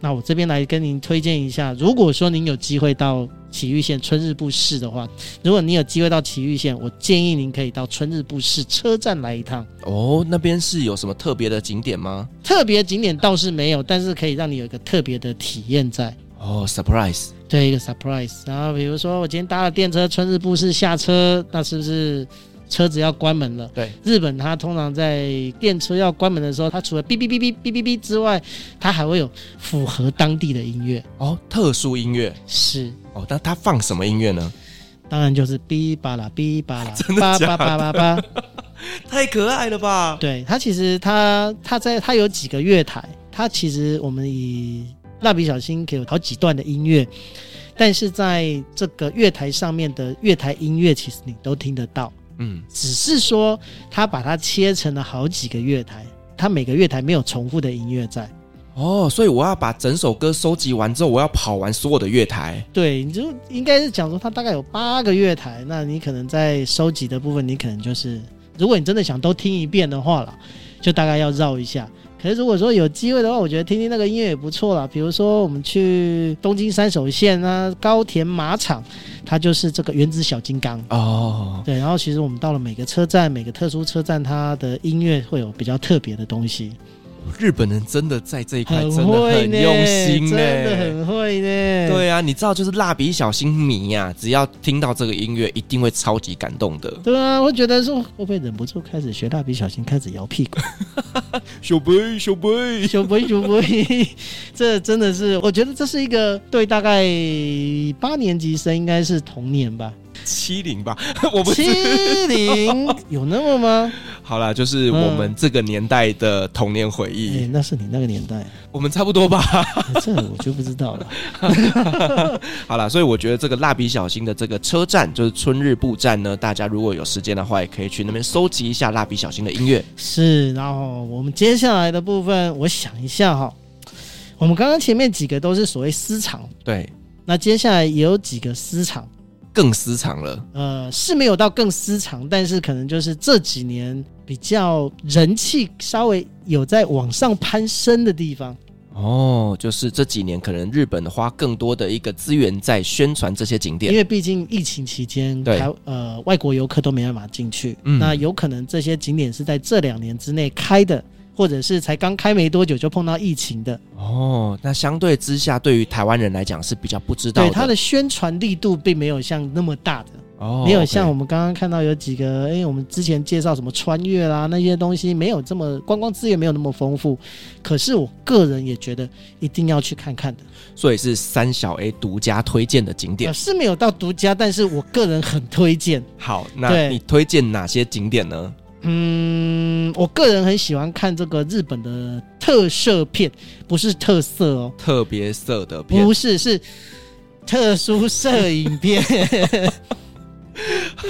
C: 那我这边来跟您推荐一下。如果说您有机会到崎玉县春日部市的话，如果你有机会到崎玉县，我建议您可以到春日部市车站来一趟。
A: 哦，那边是有什么特别的景点吗？
C: 特别景点倒是没有，但是可以让你有一个特别的体验在。
A: 哦，surprise，
C: 对，一个 surprise。然后比如说，我今天搭了电车，春日部市下车，那是不是车子要关门了？
A: 对，
C: 日本它通常在电车要关门的时候，它除了哔哔哔哔哔哔哔之外，它还会有符合当地的音乐。
A: 哦，特殊音乐，
C: 是，
A: 哦，那它放什么音乐呢？
C: 当然就是哔吧啦哔吧啦，
A: 真的
C: 叭
A: 假
C: 叭叭叭叭。
A: 太可爱了吧！
C: 对，它其实它它在它有几个乐台，它其实我们以蜡笔小新给有好几段的音乐，但是在这个乐台上面的乐台音乐，其实你都听得到。
A: 嗯，
C: 只是说他把它切成了好几个乐台，他每个乐台没有重复的音乐在。
A: 哦，所以我要把整首歌收集完之后，我要跑完所有的乐台。
C: 对，你就应该是讲说它大概有八个乐台，那你可能在收集的部分，你可能就是，如果你真的想都听一遍的话啦，就大概要绕一下。可是如果说有机会的话，我觉得听听那个音乐也不错啦。比如说我们去东京三手线啊，高田马场，它就是这个原子小金刚。
A: 哦，
C: 对，然后其实我们到了每个车站，每个特殊车站，它的音乐会有比较特别的东西。
A: 日本人真的在这一块真的
C: 会
A: 很
C: 呢，
A: 用心呢、
C: 真的很会呢。，
A: 对啊，你知道，就是蜡笔小新迷呀、只要听到这个音乐，一定会超级感动的。
C: 对啊，我觉得说会不会忍不住开始学蜡笔小新，开始摇屁股，
A: 小贝，小贝，
C: 熊不熊不，这真的是，我觉得这是一个对大概八年级生应该是童年吧，
A: 七零吧， 我不
C: 七
A: 是。
C: 零有那 么吗？
A: 好啦，就是
C: 嗯
A: 我们这个年代的童年回
C: 哎、
A: 忆，
C: 那是你那个年代，啊
A: 我们差不多吧。
C: 哎这我就不知道了。
A: 好啦，所以我觉得这个蜡笔小新的这个车站，就是春日部站呢，大家如果有时间的话，也可以去那边搜集一下蜡笔小新的音乐。
C: 是，然后我们接下来的部分，我想一下哈，我们刚刚前面几个都是所谓私藏，
A: 对，
C: 那接下来也有几个私藏。
A: 更私藏了。
C: 呃，是没有到更私藏，但是可能就是这几年比较人气稍微有在往上攀升的地方。
A: 哦，就是这几年可能日本花更多的一个资源在宣传这些景
C: 因
A: 点。
C: 为毕竟疫情期间，
A: 对
C: 台呃外国游客都没办法进去，
A: 嗯
C: 那有可能这些景点是在这两年之内开的，或者是才刚开没多久就碰到疫情的，
A: 哦，那相对之下，对于台湾人来讲是比较不知道
C: 对
A: 的。
C: 它的宣传力度并没有像那么大的。
A: 哦，
C: 没有像
A: OK
C: 我们刚刚看到有几个，哎、我们之前介绍什么穿越啦那些东西，没有这么观光资源没有那么丰富。可是我个人也觉得一定要去看看的，
A: 哦所以是三小 A 独家推荐的景点
C: 呃、。是没有到独家，但是我个人很推荐。
A: 好，那
C: 对
A: 你推荐哪些景点呢？
C: 嗯，我个人很喜欢看这个日本的特色片，不是特色哦，
A: 特别色的片
C: 不是是特殊摄影片。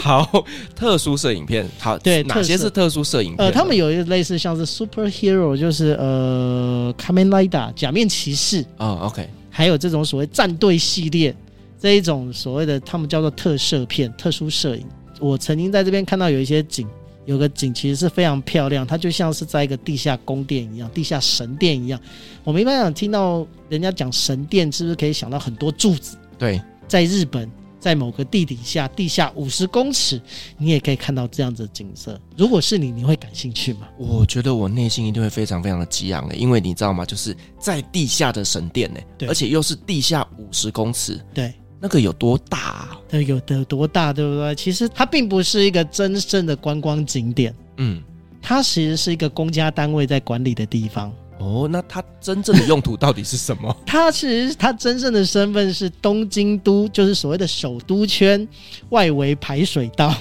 A: 好，特殊摄影片，好，
C: 对
A: 哪些
C: 特色
A: 是特殊摄影片呢？
C: 呃，他们有一个类似像是 superhero，就是呃卡梅拉达假面骑士，
A: 啊，OK，
C: 还有这种所谓战队系列这一种所谓的他们叫做特摄片、特殊摄影。我曾经在这边看到有一些景，有个景其实是非常漂亮，它就像是在一个地下宫殿一样、地下神殿一样。我们一般想啊听到人家讲神殿，是不是可以想到很多柱子？
A: 对，
C: 在日本，在某个地底下，地下五十公尺，你也可以看到这样子的景色。如果是你，你会感兴趣吗？
A: 我觉得我内心一定会非常非常的激昂的，欸因为你知道吗？就是在地下的神殿呢，
C: 对
A: 而且又是地下五十公尺，
C: 对，
A: 那个有多大、啊？
C: 它有的多大，对不对？其实它并不是一个真正的观光景点。
A: 嗯，
C: 它其实是一个公家单位在管理的地方。
A: 哦，那它真正的用途到底是什 么？
C: 它其实它真正的身份是东京都，就是所谓的首都圈外围排水道，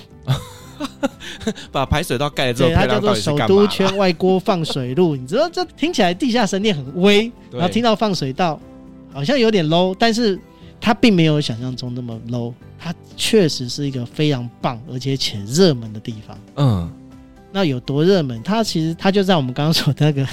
A: 把排水道盖了之后，
C: 对，它
A: 漂亮
C: 叫
A: 到
C: 做
A: 底是
C: 首
A: 干嘛
C: 都
A: 啦？
C: 圈外郭放水 路。你知道这听起来地下神殿很威，
A: 对
C: 然后听到放水道好像有点 low，但是它并没有想象中那么 low，它确实是一个非常棒而且且热门的地方。
A: 嗯，
C: 那有多热门？它其实它就在我们刚刚说的那个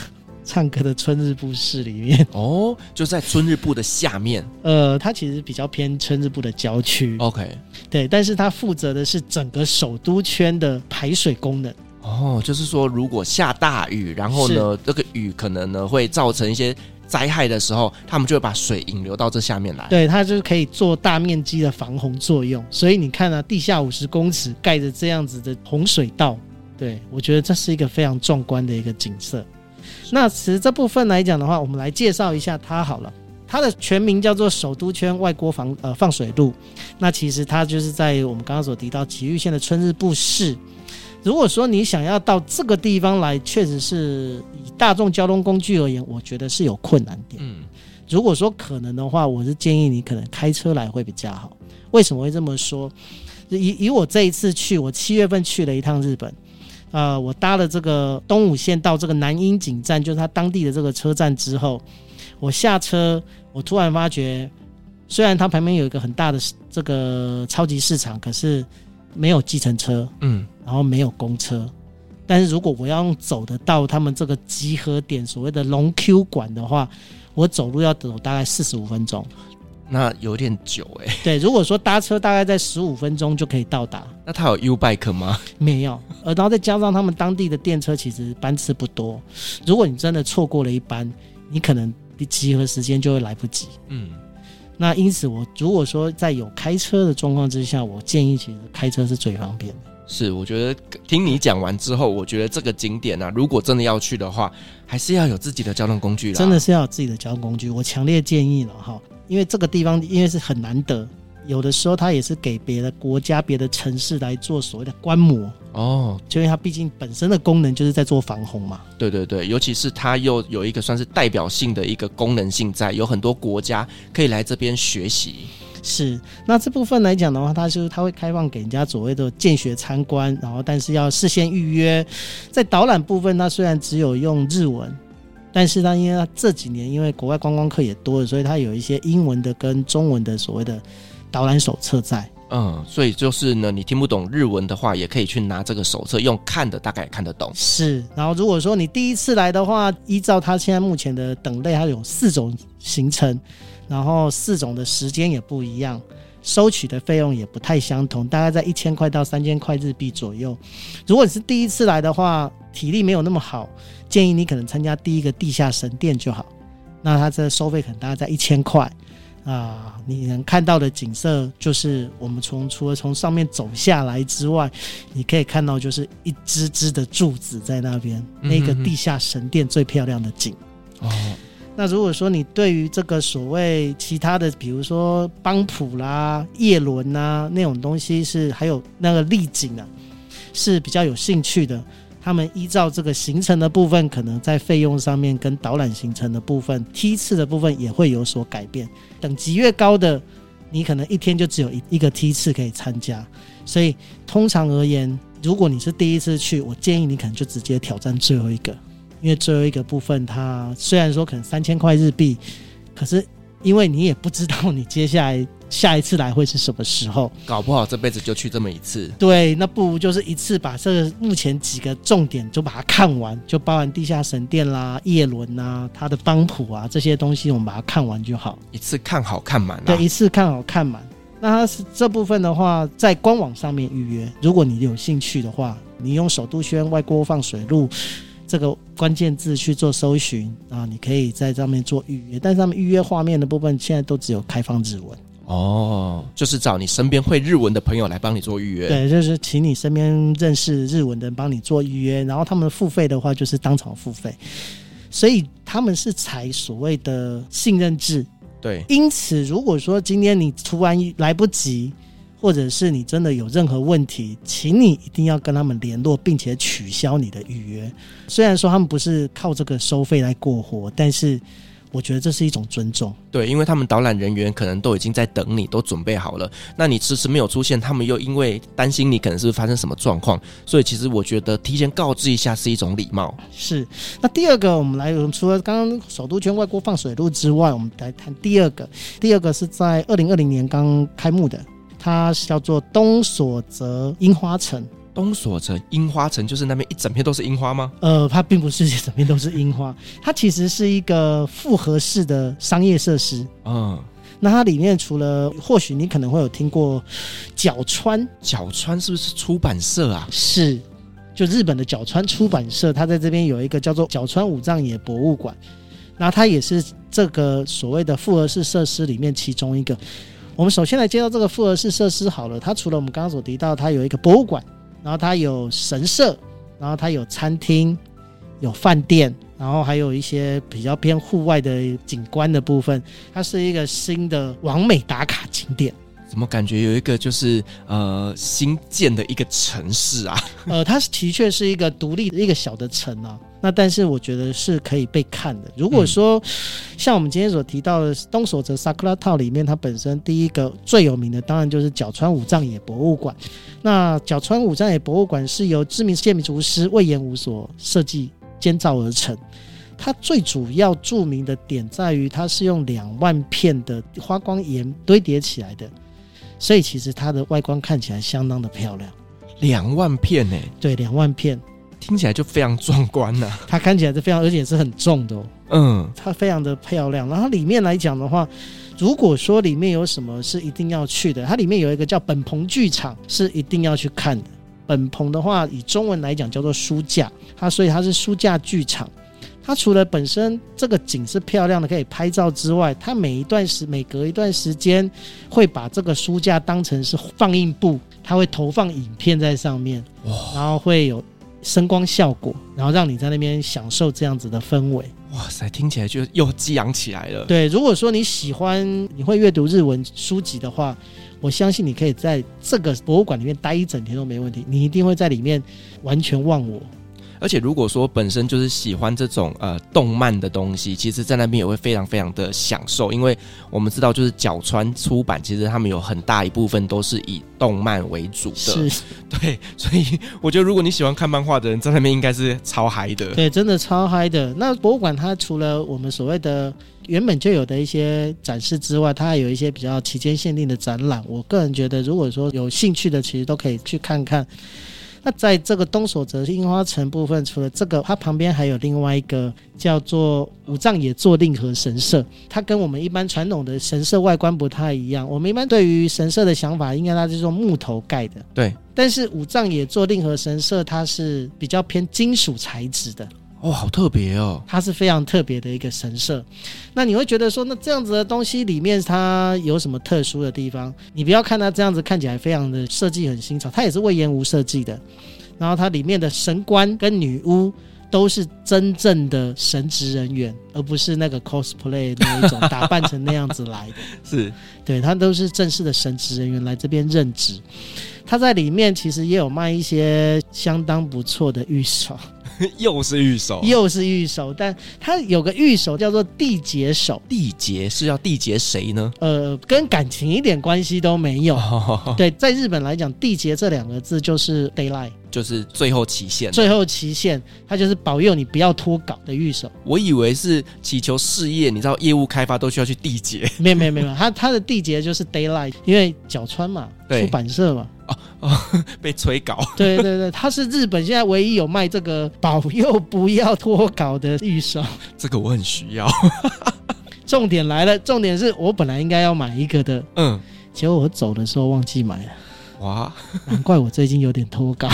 C: 唱歌的春日部室里面。
A: 哦，就在春日部的下面。
C: 呃，它其实比较偏村日部的郊区，
A: OK，
C: 对，但是它负责的是整个首都圈的排水功能，
A: 哦，就是说如果下大雨，然后呢，这个雨可能呢会造成一些灾害的时候，他们就会把水引流到这下面来。
C: 对，它就是可以做大面积的防洪作用。所以你看啊，地下五十公尺盖着这样子的洪水道，对我觉得这是一个非常壮观的一个景色。那其实这部分来讲的话，我们来介绍一下它好了。它的全名叫做首都圈外国防呃放水路，那其实它就是在我们刚刚所提到崎玉县的春日部市。如果说你想要到这个地方来，确实是以大众交通工具而言，我觉得是有困难点。
A: 嗯，
C: 如果说可能的话，我是建议你可能开车来会比较好。为什么会这么说？以以我这一次去，我七月份去了一趟日本，呃，我搭了这个东武线到这个南樱井站，就是它当地的这个车站之后，我下车，我突然发觉，虽然它旁边有一个很大的这个超级市场，可是没有计程车，
A: 嗯，
C: 然后没有公车。但是如果我要用走得到他们这个集合点所谓的龙 Q 馆的话，我走路要走大概四十五分钟。
A: 那有点久哎、
C: 对，如果说搭车大概在十五分钟就可以到达，
A: 那它有 U bike 吗？
C: 没有。呃，然后再加上他们当地的电车其实班次不多，如果你真的错过了一班，你可能集合时间就会来不及。
A: 嗯，
C: 那因此，我如果说在有开车的状况之下，我建议其实开车是最方便的。
A: 是，我觉得听你讲完之后，我觉得这个景点啊，如果真的要去的话，还是要有自己的交通工具啦。
C: 真的，是要有自己的交通工具，我强烈建议了哈，因为这个地方因为是很难得，有的时候它也是给别的国家、别的城市来做所谓的观摩，
A: 哦，
C: 就因为它毕竟本身的功能就是在做防洪嘛。
A: 对对对，尤其是它又有一个算是代表性的一个功能性在，有很多国家可以来这边学习。
C: 是，那这部分来讲的话，它就是它会开放给人家所谓的见学参观，然后但是要事先预约。在导览部分，它虽然只有用日文，但是它因为它这几年因为国外观光客也多了，所以它有一些英文的跟中文的所谓的导览手册在。
A: 嗯，所以就是呢，你听不懂日文的话，也可以去拿这个手册，用看的大概也看得懂。
C: 是，然后如果说你第一次来的话，依照它现在目前的等类，它有四种行程，然后四种的时间也不一样，收取的费用也不太相同，大概在一千块到三千块日币左右。如果你是第一次来的话，体力没有那么好，建议你可能参加第一个地下神殿就好，那它这收费可能大概在一千块。啊，你能看到的景色就是我们从除了从上面走下来之外，你可以看到就是一只只的柱子在那边，
A: 嗯
C: 那个
A: 嗯嗯
C: 地下神殿最漂亮的景。
A: 哦，
C: 那如果说你对于这个所谓其他的，比如说邦普啦、叶伦啦那种东西是，还有那个丽景啊，是比较有兴趣的。他们依照这个行程的部分，可能在费用上面跟导览行程的部分、梯次的部分也会有所改变。等级越高的，你可能一天就只有一一个梯次可以参加。所以通常而言，如果你是第一次去，我建议你可能就直接挑战最后一个。因为最后一个部分，它虽然说可能三千块日币，可是因为你也不知道你接下来下一次来会是什么时候。
A: 搞不好这辈子就去这么一次。
C: 对，那不如就是一次把这个目前几个重点就把它看完，就包含地下神殿啦、叶伦呐、他的帮谱啊这些东西，我们把它看完就好。
A: 一次看好看满啊啦
C: 对，。一次看好看满。那它是这部分的话，在官网上面预约，如果你有兴趣的话，你用首都圈外锅放水路这个关键字去做搜寻啊，你可以在上面做预约。但是他们预约画面的部分，现在都只有开放日文。
A: 哦，就是找你身边会日文的朋友来帮你做预约。
C: 对，就是请你身边认识日文的人帮你做预约，然后他们付费的话就是当场付费，所以他们是采所谓的信任制。
A: 对
C: 因此，如果说今天你突然来不及，或者是你真的有任何问题，请你一定要跟他们联络，并且取消你的预约。虽然说他们不是靠这个收费来过活，但是我觉得这是一种尊重。
A: 对，因为他们导览人员可能都已经在等你，都准备好了。那你迟迟没有出现，他们又因为担心你可能是不是发生什么状况，所以其实我觉得提前告知一下是一种礼貌。
C: 是，那第二个我们来，我们除了刚刚首都圈外国放水路之外，我们来谈第二个。第二个是在二零二零年刚开幕的，它是叫做东所泽樱花城。
A: 东所城樱花城就是那边一整片都是樱花吗？
C: 呃，它并不是整片都是樱花，它其实是一个复合式的商业设施。
A: 嗯，
C: 那它里面除了，或许你可能会有听过角川
A: 角川是不是出版社啊？
C: 是，就日本的角川出版社，它在这边有一个叫做角川武藏野博物馆，那它也是这个所谓的复合式设施里面其中一个。我们首先来介绍这个复合式设施好了，它除了我们刚刚所提到，它有一个博物馆，然后它有神社，然后它有餐厅，有饭店，然后还有一些比较偏户外的景观的部分，它是一个新的完美打卡景点。
A: 怎么感觉有一个就是呃新建的一个城市啊？
C: 呃，它是的确是一个独立的一个小的城啊。那但是我觉得是可以被看的。如果说、像我们今天所提到的东所泽 Sakura Town 里面，它本身第一个最有名的当然就是角川武藏野博物馆。那角川武藏野博物馆是由知名建筑师魏延武所设计建造而成。它最主要著名的点在于，它是用两万片的花岗岩堆叠起来的，所以其实它的外观看起来相当的漂亮。
A: 两万片呢、
C: 对，两万片。
A: 听起来就非常壮观呐、
C: 它看起来是非常，而且是很重的、哦，
A: 嗯，
C: 它非常的漂亮。然后里面来讲的话，如果说里面有什么是一定要去的，它里面有一个叫本棚剧场是一定要去看的。本棚的话，以中文来讲叫做书架，它所以它是书架剧场。它除了本身这个景是漂亮的，可以拍照之外，它每一段时每隔一段时间会把这个书架当成是放映布，它会投放影片在上面，然后会有声光效果，然后让你在那边享受这样子的氛围。
A: 哇塞，听起来就又激昂起来了。
C: 对，如果说你喜欢你会阅读日文书籍的话，我相信你可以在这个博物馆里面待一整天都没问题，你一定会在里面完全忘我。
A: 而且如果说本身就是喜欢这种呃动漫的东西，其实在那边也会非常非常的享受，因为我们知道就是角川出版，其实他们有很大一部分都是以动漫为主的，
C: 是，
A: 对，所以我觉得如果你喜欢看漫画的人，在那边应该是超嗨 的。
C: 对，真的超嗨的。那博物馆它除了我们所谓的原本就有的一些展示之外，它还有一些比较期间限定的展览。我个人觉得，如果说有兴趣的，其实都可以去看看。那在这个东所泽樱花城部分，除了这个，它旁边还有另外一个叫做武藏野坐令和神社。它跟我们一般传统的神社外观不太一样。我们一般对于神社的想法，应该它就是用木头盖的。
A: 对，
C: 但是武藏野坐令和神社，它是比较偏金属材质的。
A: 哦，好特别哦。
C: 它是非常特别的一个神社。那你会觉得说，那这样子的东西里面它有什么特殊的地方？你不要看它这样子看起来非常的设计很新潮，它也是魏延吾设计的。然后它里面的神官跟女巫都是真正的神职人员，而不是那个 cosplay 那一种打扮成那样子来的。
A: 是
C: 对，它都是正式的神职人员来这边任职。它在里面其实也有卖一些相当不错的玉手。
A: 又是御手，
C: 又是御手，但它有个御手叫做地结手，
A: 缔结是要缔结谁呢？
C: 呃，跟感情一点关系都没有。
A: 哦，
C: 对，在日本来讲，“地结”这两个字就是 d a y l i g h t
A: 就是最后期限。
C: 最后期限，它就是保佑你不要脱稿的 预手。
A: 我以为是祈求事业，你知道业务开发都需要去缔结
C: 没有没有没有，它它的缔结就是 d a y l i g h t 因为角川嘛，
A: 对
C: 出版社嘛，
A: 被催稿。
C: 对对对，它是日本现在唯一有卖这个保佑不要脱稿的预手。
A: 这个我很需要。
C: 重点来了，重点是我本来应该要买一个的，
A: 嗯，
C: 结果我走的时候忘记买了，
A: 哇，
C: 难怪我最近有点脱稿，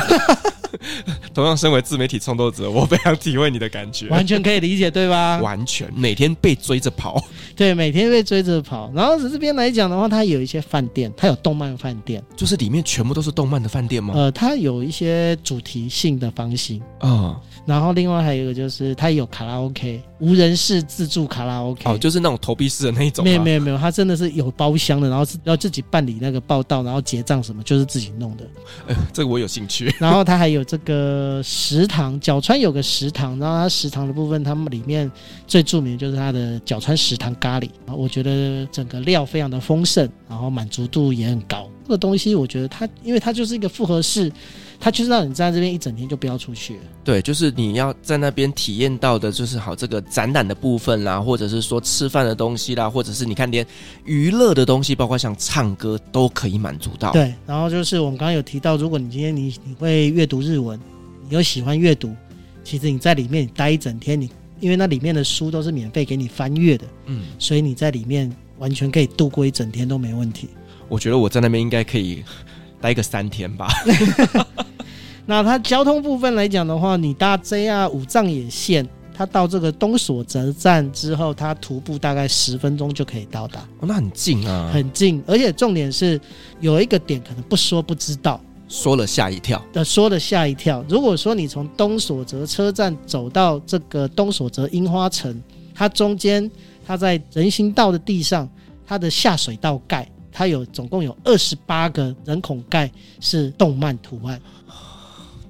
A: 同样身为自媒体创作者，我非常体会你的感觉。
C: 完全可以理解对吧？
A: 完全每天被追着跑，
C: 对，每天被追着跑。然后这边来讲的话，它有一些饭店，它有动漫饭店，
A: 就是里面全部都是动漫的饭店吗？
C: 呃，它有一些主题性的房型。
A: 嗯，
C: 然后另外还有一个就是它也有卡拉 OK，无人式自助卡拉 OK。
A: 哦，就是那种投币式的那一种
C: 没有
A: 吗
C: 没？有没有，它真的是有包厢的，然后是要自己办理那个报到，然后结账什么，就是自己弄的。
A: 呃 这个我有兴 趣。
C: 然后它还有这个食堂，角川有个食堂，然后它食堂的部分，他们里面最著名的就是它的角川食堂咖喱，我觉得整个料非常的丰盛，然后满足度也很高。这个东西我觉得它，因为它就是一个复合式，它就是让你站在这边一整天就不要出去了。
A: 对，就是你要在那边体验到的，就是好这个展览的部分啦，或者是说吃饭的东西啦，或者是你看连娱乐的东西，包括像唱歌都可以满足到。，
C: 对，然后就是我们刚刚有提到，如果你今天你你会阅读日文，你又喜欢阅读，其实你在里面待一整天，你因为那里面的书都是免费给你翻阅的，
A: 嗯，
C: 所以你在里面完全可以度过一整天都没问题。
A: 我觉得我在那边应该可以待个三天吧。
C: 那它交通部分来讲的话，你搭 JR 五藏野线，它到这个东所泽站之后，它徒步大概十分钟就可以到达，
A: 哦，那很近啊，
C: 很近。而且重点是有一个点可能不说不知道，
A: 说了吓一跳。
C: 呃，说了吓一跳。如果说你从东所泽车站走到这个东所泽樱花城，它中间它在人行道的地上，它的下水道盖，它有总共有二十八个人孔盖是动漫图案。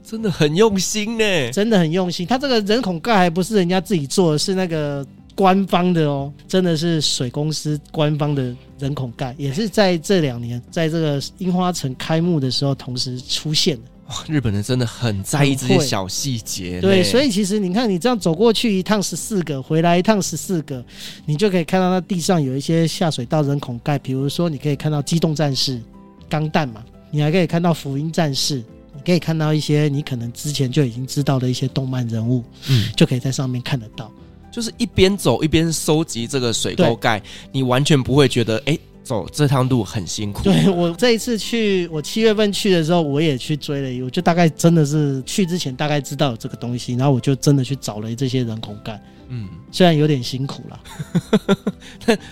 A: 真的很用心呢。
C: 真的很用心。他这个人孔盖还不是人家自己做的，是那个官方的哦，真的是水公司官方的人孔盖，也是在这两年在这个樱花城开幕的时候同时出现的。
A: 哇日本人真的很在意这些小细节呢。
C: 对，所以其实你看，你这样走过去一趟十四个，回来一趟十四个，你就可以看到那地上有一些下水道人孔盖，比如说你可以看到机动战士、钢弹嘛，你还可以看到福音战士。你可以看到一些你可能之前就已经知道的一些动漫人物，
A: 嗯，
C: 就可以在上面看得到。
A: 就是一边走一边收集这个水沟盖，你完全不会觉得哎、走这趟路很辛苦。
C: 对我这一次去，我七月份去的时候，我也去追了一，我就大概真的是去之前大概知道有这个东西，然后我就真的去找了这些人孔盖，
A: 嗯，
C: 虽然有点辛苦啦，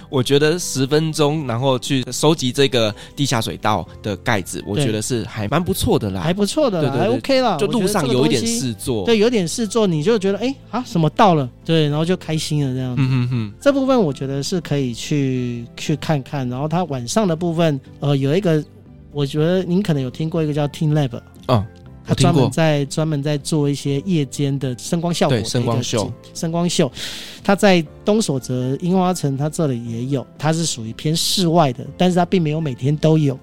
A: 我觉得十分钟，然后去收集这个地下水道的盖子，我
C: 对
A: 觉得是还蛮不错的
C: 还
A: 啦。
C: 不错的啦，
A: 对对对
C: 还 OK 啦，
A: 就
C: 我觉
A: 路
C: 得
A: 上
C: 这个
A: 有一点
C: 东西，
A: 事做。
C: 对，有点事做，你就觉得哎啊什么到了，对，然后就开心了这样子。
A: 嗯哼哼，
C: 这部分我觉得是可以去去看看，然后它晚上的部分，呃，有一个，我觉得您可能有听过一个叫 Team Lab，
A: 嗯，
C: 他
A: 我听
C: 专
A: 过
C: 门。在专门在做一些夜间的声光效果
A: 对
C: 的一个
A: 声光秀，
C: 声光秀，它在东所泽樱花城，它这里也有，它是属于偏室外的，但是它并没有每天都有。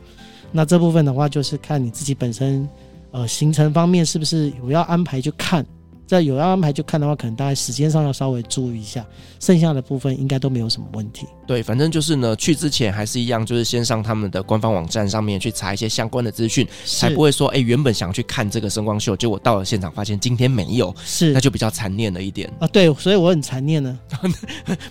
C: 那这部分的话，就是看你自己本身呃行程方面是不是有要安排去看。这有要安排去看的话，可能大概时间上要稍微注意一下，剩下的部分应该都没有什么问题。
A: 对，反正就是呢，去之前还是一样，就是先上他们的官方网站上面去查一些相关的资讯，才不会说，哎、原本想去看这个声光秀，结果到了现场发现今天没有，
C: 是
A: 那
C: 是
A: 就比较残念了一点。
C: 啊，对，所以我很残念呢，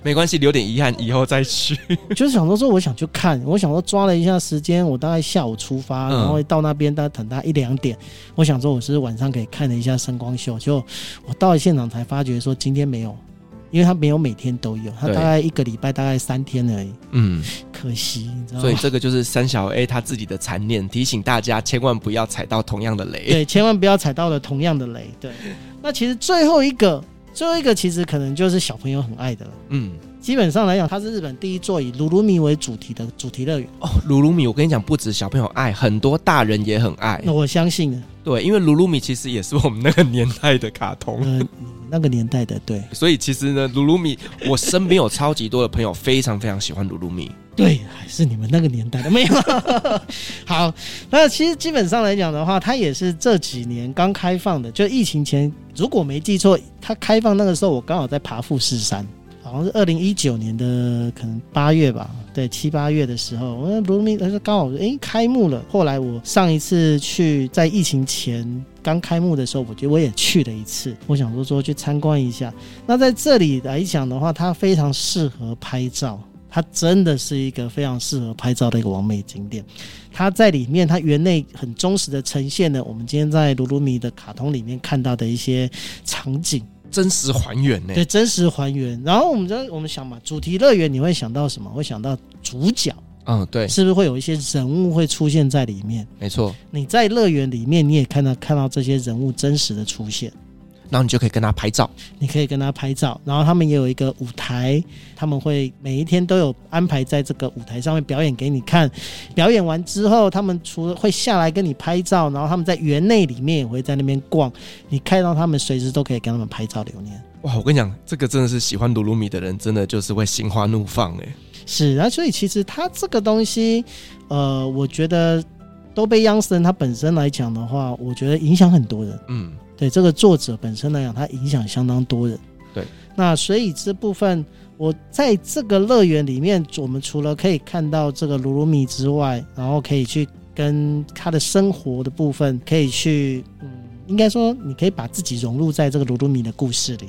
A: 没关系，留点遗憾，以后再去。
C: 就是想说说我想去看，我想说抓了一下时间，我大概下午出发，
A: 嗯
C: 然后到那边大概等他一两点，我想说我是晚上可以看了一下声光秀，就我到了现场才发觉说今天没有，因为他没有每天都有，他
A: 对
C: 大概一个礼拜大概三天而已，
A: 嗯，
C: 可惜你知道
A: 所以
C: 吗？
A: 这个就是三小 A 他自己的残念，提醒大家千万不要踩到同样的雷。
C: 对，千万不要踩到了同样的雷。 对，那其实最后一个，最后一个其实可能就是小朋友很爱的了。
A: 嗯，
C: 基本上来讲，它是日本第一座以鲁鲁米为主题的主题乐园，
A: 哦，鲁鲁米，我跟你讲，不止小朋友爱，很多大人也很爱
C: 那。我相信呢，
A: 对，因为鲁鲁米其实也是我们那个年代的卡通。
C: 呃，你们那个年代的，对
A: 所以其实呢，鲁鲁米，我身边有超级多的朋友非常非常喜欢鲁鲁米。
C: 对，还是你们那个年代的没有。 好，那其实基本上来讲的话，它也是这几年刚开放的，就疫情前，如果没记错，它开放那个时候我刚好在爬富士山。好像是二零一九年的可能八月吧，对，七八月的时候，我那卢明他说刚好诶开幕了。后来我上一次去在疫情前刚开幕的时候，我觉得我也去了一次，我想说说去参观一下。那在这里来讲的话，它非常适合拍照。它真的是一个非常适合拍照的一个完美景点。它在里面，它园内很忠实的呈现了我们今天在卢鲁米的卡通里面看到的一些场景。
A: 真实还原呢、
C: 对，真实还原。然后我们在我们想嘛，主题乐园你会想到什么？会想到主角
A: 嗯，对，
C: 是不是会有一些人物会出现在里面？
A: 没错。
C: 你在乐园里面，你也看到看到这些人物真实的出现，
A: 然后你就可以跟他拍照。
C: 你可以跟他拍照。然后他们也有一个舞台，他们会每一天都有安排在这个舞台上面表演给你看。表演完之后，他们除了会下来跟你拍照，然后他们在园内里面也会在那边逛，你看到他们随时都可以跟他们拍照留念。
A: 哇，我跟你讲，这个真的是喜欢鲁鲁米的人，真的就是会心花怒放哎、
C: 是啊，所以其实它这个东西，呃，我觉得都被央视他本身来讲的话，我觉得影响很多人。
A: 嗯，
C: 对这个作者本身来讲，他影响相当多人。
A: 对，
C: 那所以这部分，我在这个乐园里面，我们除了可以看到这个鲁鲁米之外，然后可以去跟他的生活的部分，可以去，嗯，应该说你可以把自己融入在这个鲁鲁米的故事里。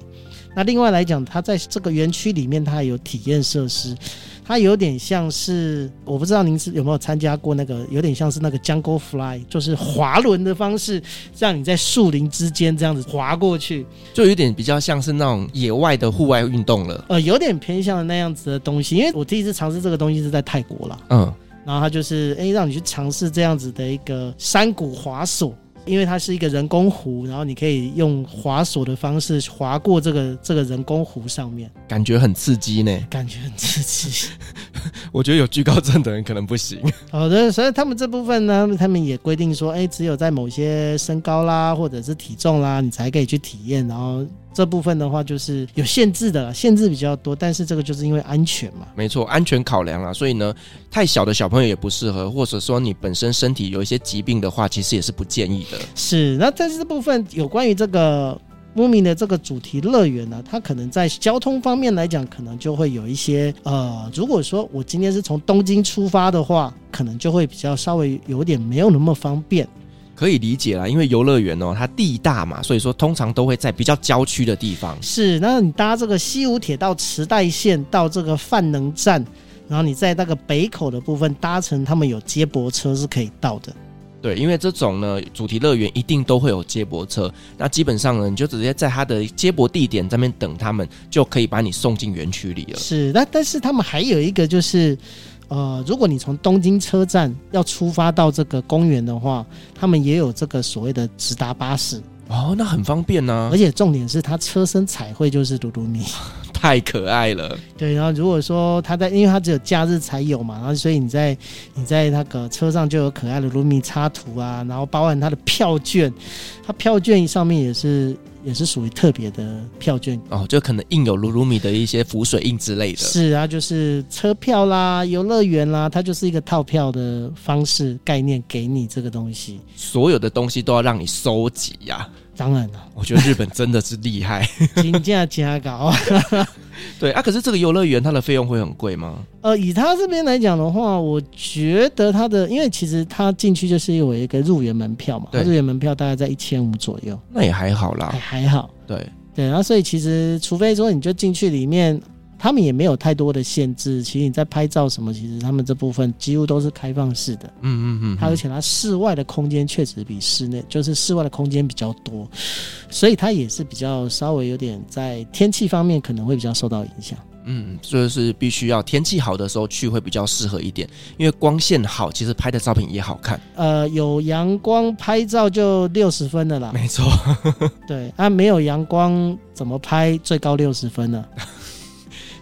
C: 那另外来讲，它在这个园区里面，它有体验设施，它有点像是我不知道您是有没有参加过那个，有点像是那个 Jungle Fly，就是滑轮的方式，让你在树林之间这样子滑过去，
A: 就有点比较像是那种野外的户外运动了。
C: 呃，有点偏向那样子的东西。因为我第一次尝试这个东西是在泰国啦，
A: 嗯，
C: 然后它就是诶、让你去尝试这样子的一个山谷滑索。因为它是一个人工湖，然后你可以用滑索的方式滑过这个这个人工湖上面，
A: 感觉很刺激呢。
C: 感觉很刺激。
A: 我觉得有惧高症的人可能不行。
C: 好的，所以他们这部分呢，他们也规定说，哎，只有在某些身高啦，或者是体重啦，你才可以去体验。然后这部分的话，就是有限制的啦，限制比较多，但是这个就是因为安全嘛。
A: 没错，安全考量啦，所以呢，太小的小朋友也不适合，或者说你本身身体有一些疾病的话，其实也是不建议的。
C: 是，那但是这部分有关于这个。m 米的这个主题乐园呢，它可能在交通方面来讲，可能就会有一些呃，如果说我今天是从东京出发的话，可能就会比较稍微有点没有那么方便。
A: 可以理解啦，因为游乐园哦，它地大嘛，所以说通常都会在比较郊区的地方。
C: 是，那你搭这个西武铁道池袋线到这个范能站，然后你在那个北口的部分搭乘他们有接驳车是可以到的。
A: 对，因为这种呢，主题乐园一定都会有接驳车，那基本上呢，你就直接在它的接驳地点这边等他们，就可以把你送进园区里了。
C: 是，那但是他们还有一个就是，呃，如果你从东京车站要出发到这个公园的话，他们也有这个所谓的直达巴士，
A: 哦，那很方便呢、
C: 而且重点是它车身彩绘就是嘟嘟米。
A: 太可爱了。
C: 对，然后如果说他在，因为他只有假日才有嘛，然后所以你在你在那个车上就有可爱的卢米插图啊，然后包含他的票券，他票券上面也是也是属于特别的票券，
A: 哦，就可能印有鲁鲁米的一些浮水印之类的。
C: 是啊，就是车票啦、游乐园啦，它就是一个套票的方式概念给你这个东西。
A: 所有的东西都要让你收集呀、
C: 当然了，
A: 我觉得日本真的是厉害。
C: 金价加高。
A: 对啊，可是这个游乐园它的费用会很贵吗？
C: 呃，以他这边来讲的话，我觉得他的，因为其实他进去就是有一个入园门票嘛，
A: 对
C: 它入园门票大概在一千五左右，
A: 那也还好啦
C: 还。哎还好。
A: 对，
C: 对，然后所以其实除非说你就进去里面，他们也没有太多的限制。其实你在拍照什么，其实他们这部分几乎都是开放式的。
A: 嗯嗯嗯
C: 它而
A: 嗯，
C: 且它室外的空间确实比室内，就是室外的空间比较多，所以它也是比较稍微有点在天气方面可能会比较受到影响。
A: 嗯，就是必须要天气好的时候去会比较适合一点，因为光线好，其实拍的照片也好看。
C: 呃，有阳光拍照就六十分的啦，
A: 没错，
C: 对，啊，没有阳光怎么拍最高六十分呢？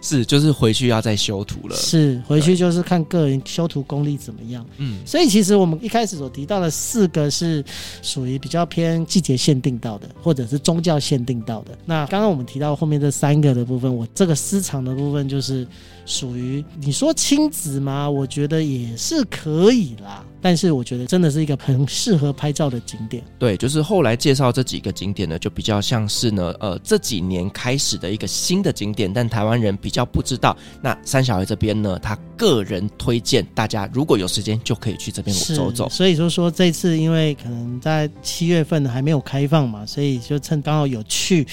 A: 是，就是回去要再修图了。
C: 是回去就是看个人修图功力怎么样。
A: 嗯，
C: 所以其实我们一开始所提到的四个是属于比较偏季节限定到的，或者是宗教限定到的。那刚刚我们提到后面这三个的部分，我这个私藏的部分就是属于你说亲子嘛，我觉得也是可以啦。但是我觉得真的是一个很适合拍照的景点。
A: 对，就是后来介绍这几个景点呢，就比较像是呢，呃，这几年开始的一个新的景点，但台湾人比较不知道。那三小孩这边呢，他个人推荐大家，如果有时间就可以去这边
C: 是，
A: 走走。
C: 所以就说这次因为可能在七月份还没有开放嘛，所以就趁刚好有去，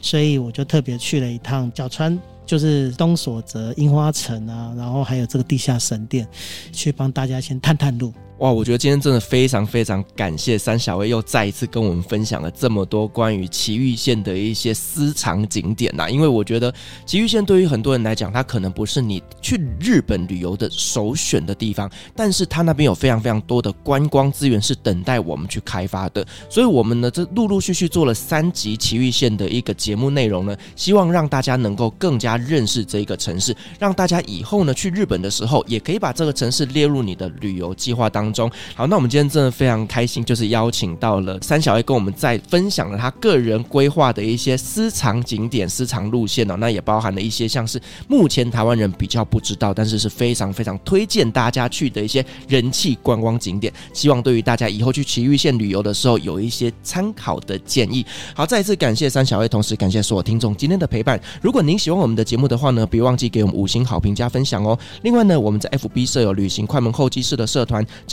C: 所以我就特别去了一趟角川。就是东所泽樱花城啊，然后还有这个地下神殿，去帮大家先探探路。
A: 哇，我觉得今天真的非常非常感谢三小薇又再一次跟我们分享了这么多关于奇玉县的一些私藏景点啊呐、因为我觉得奇玉县对于很多人来讲，它可能不是你去日本旅游的首选的地方，但是它那边有非常非常多的观光资源是等待我们去开发的。所以，我们呢这陆陆续续做了三集奇玉县的一个节目内容呢，希望让大家能够更加认识这个城市，让大家以后呢去日本的时候，也可以把这个城市列入你的旅游计划当中。好，那我们今天真的非常开心，就是邀请到了三小 A 跟我们在分享了他个人规划的一些私藏景点、私藏路线哦，那也包含了一些像是目前台湾人比较不知道，但是是非常非常推荐大家去的一些人气观光景点，希望对于大家以后去崎玉县旅游的时候有一些参考的建议。好，再一次感谢三小 A，同时感谢所有听众今天的陪伴。如果您喜欢我们的节目的话呢，别忘记给我们五星好评加分享哦。另外呢，我们在 FB 设有旅行快门候机室的社团，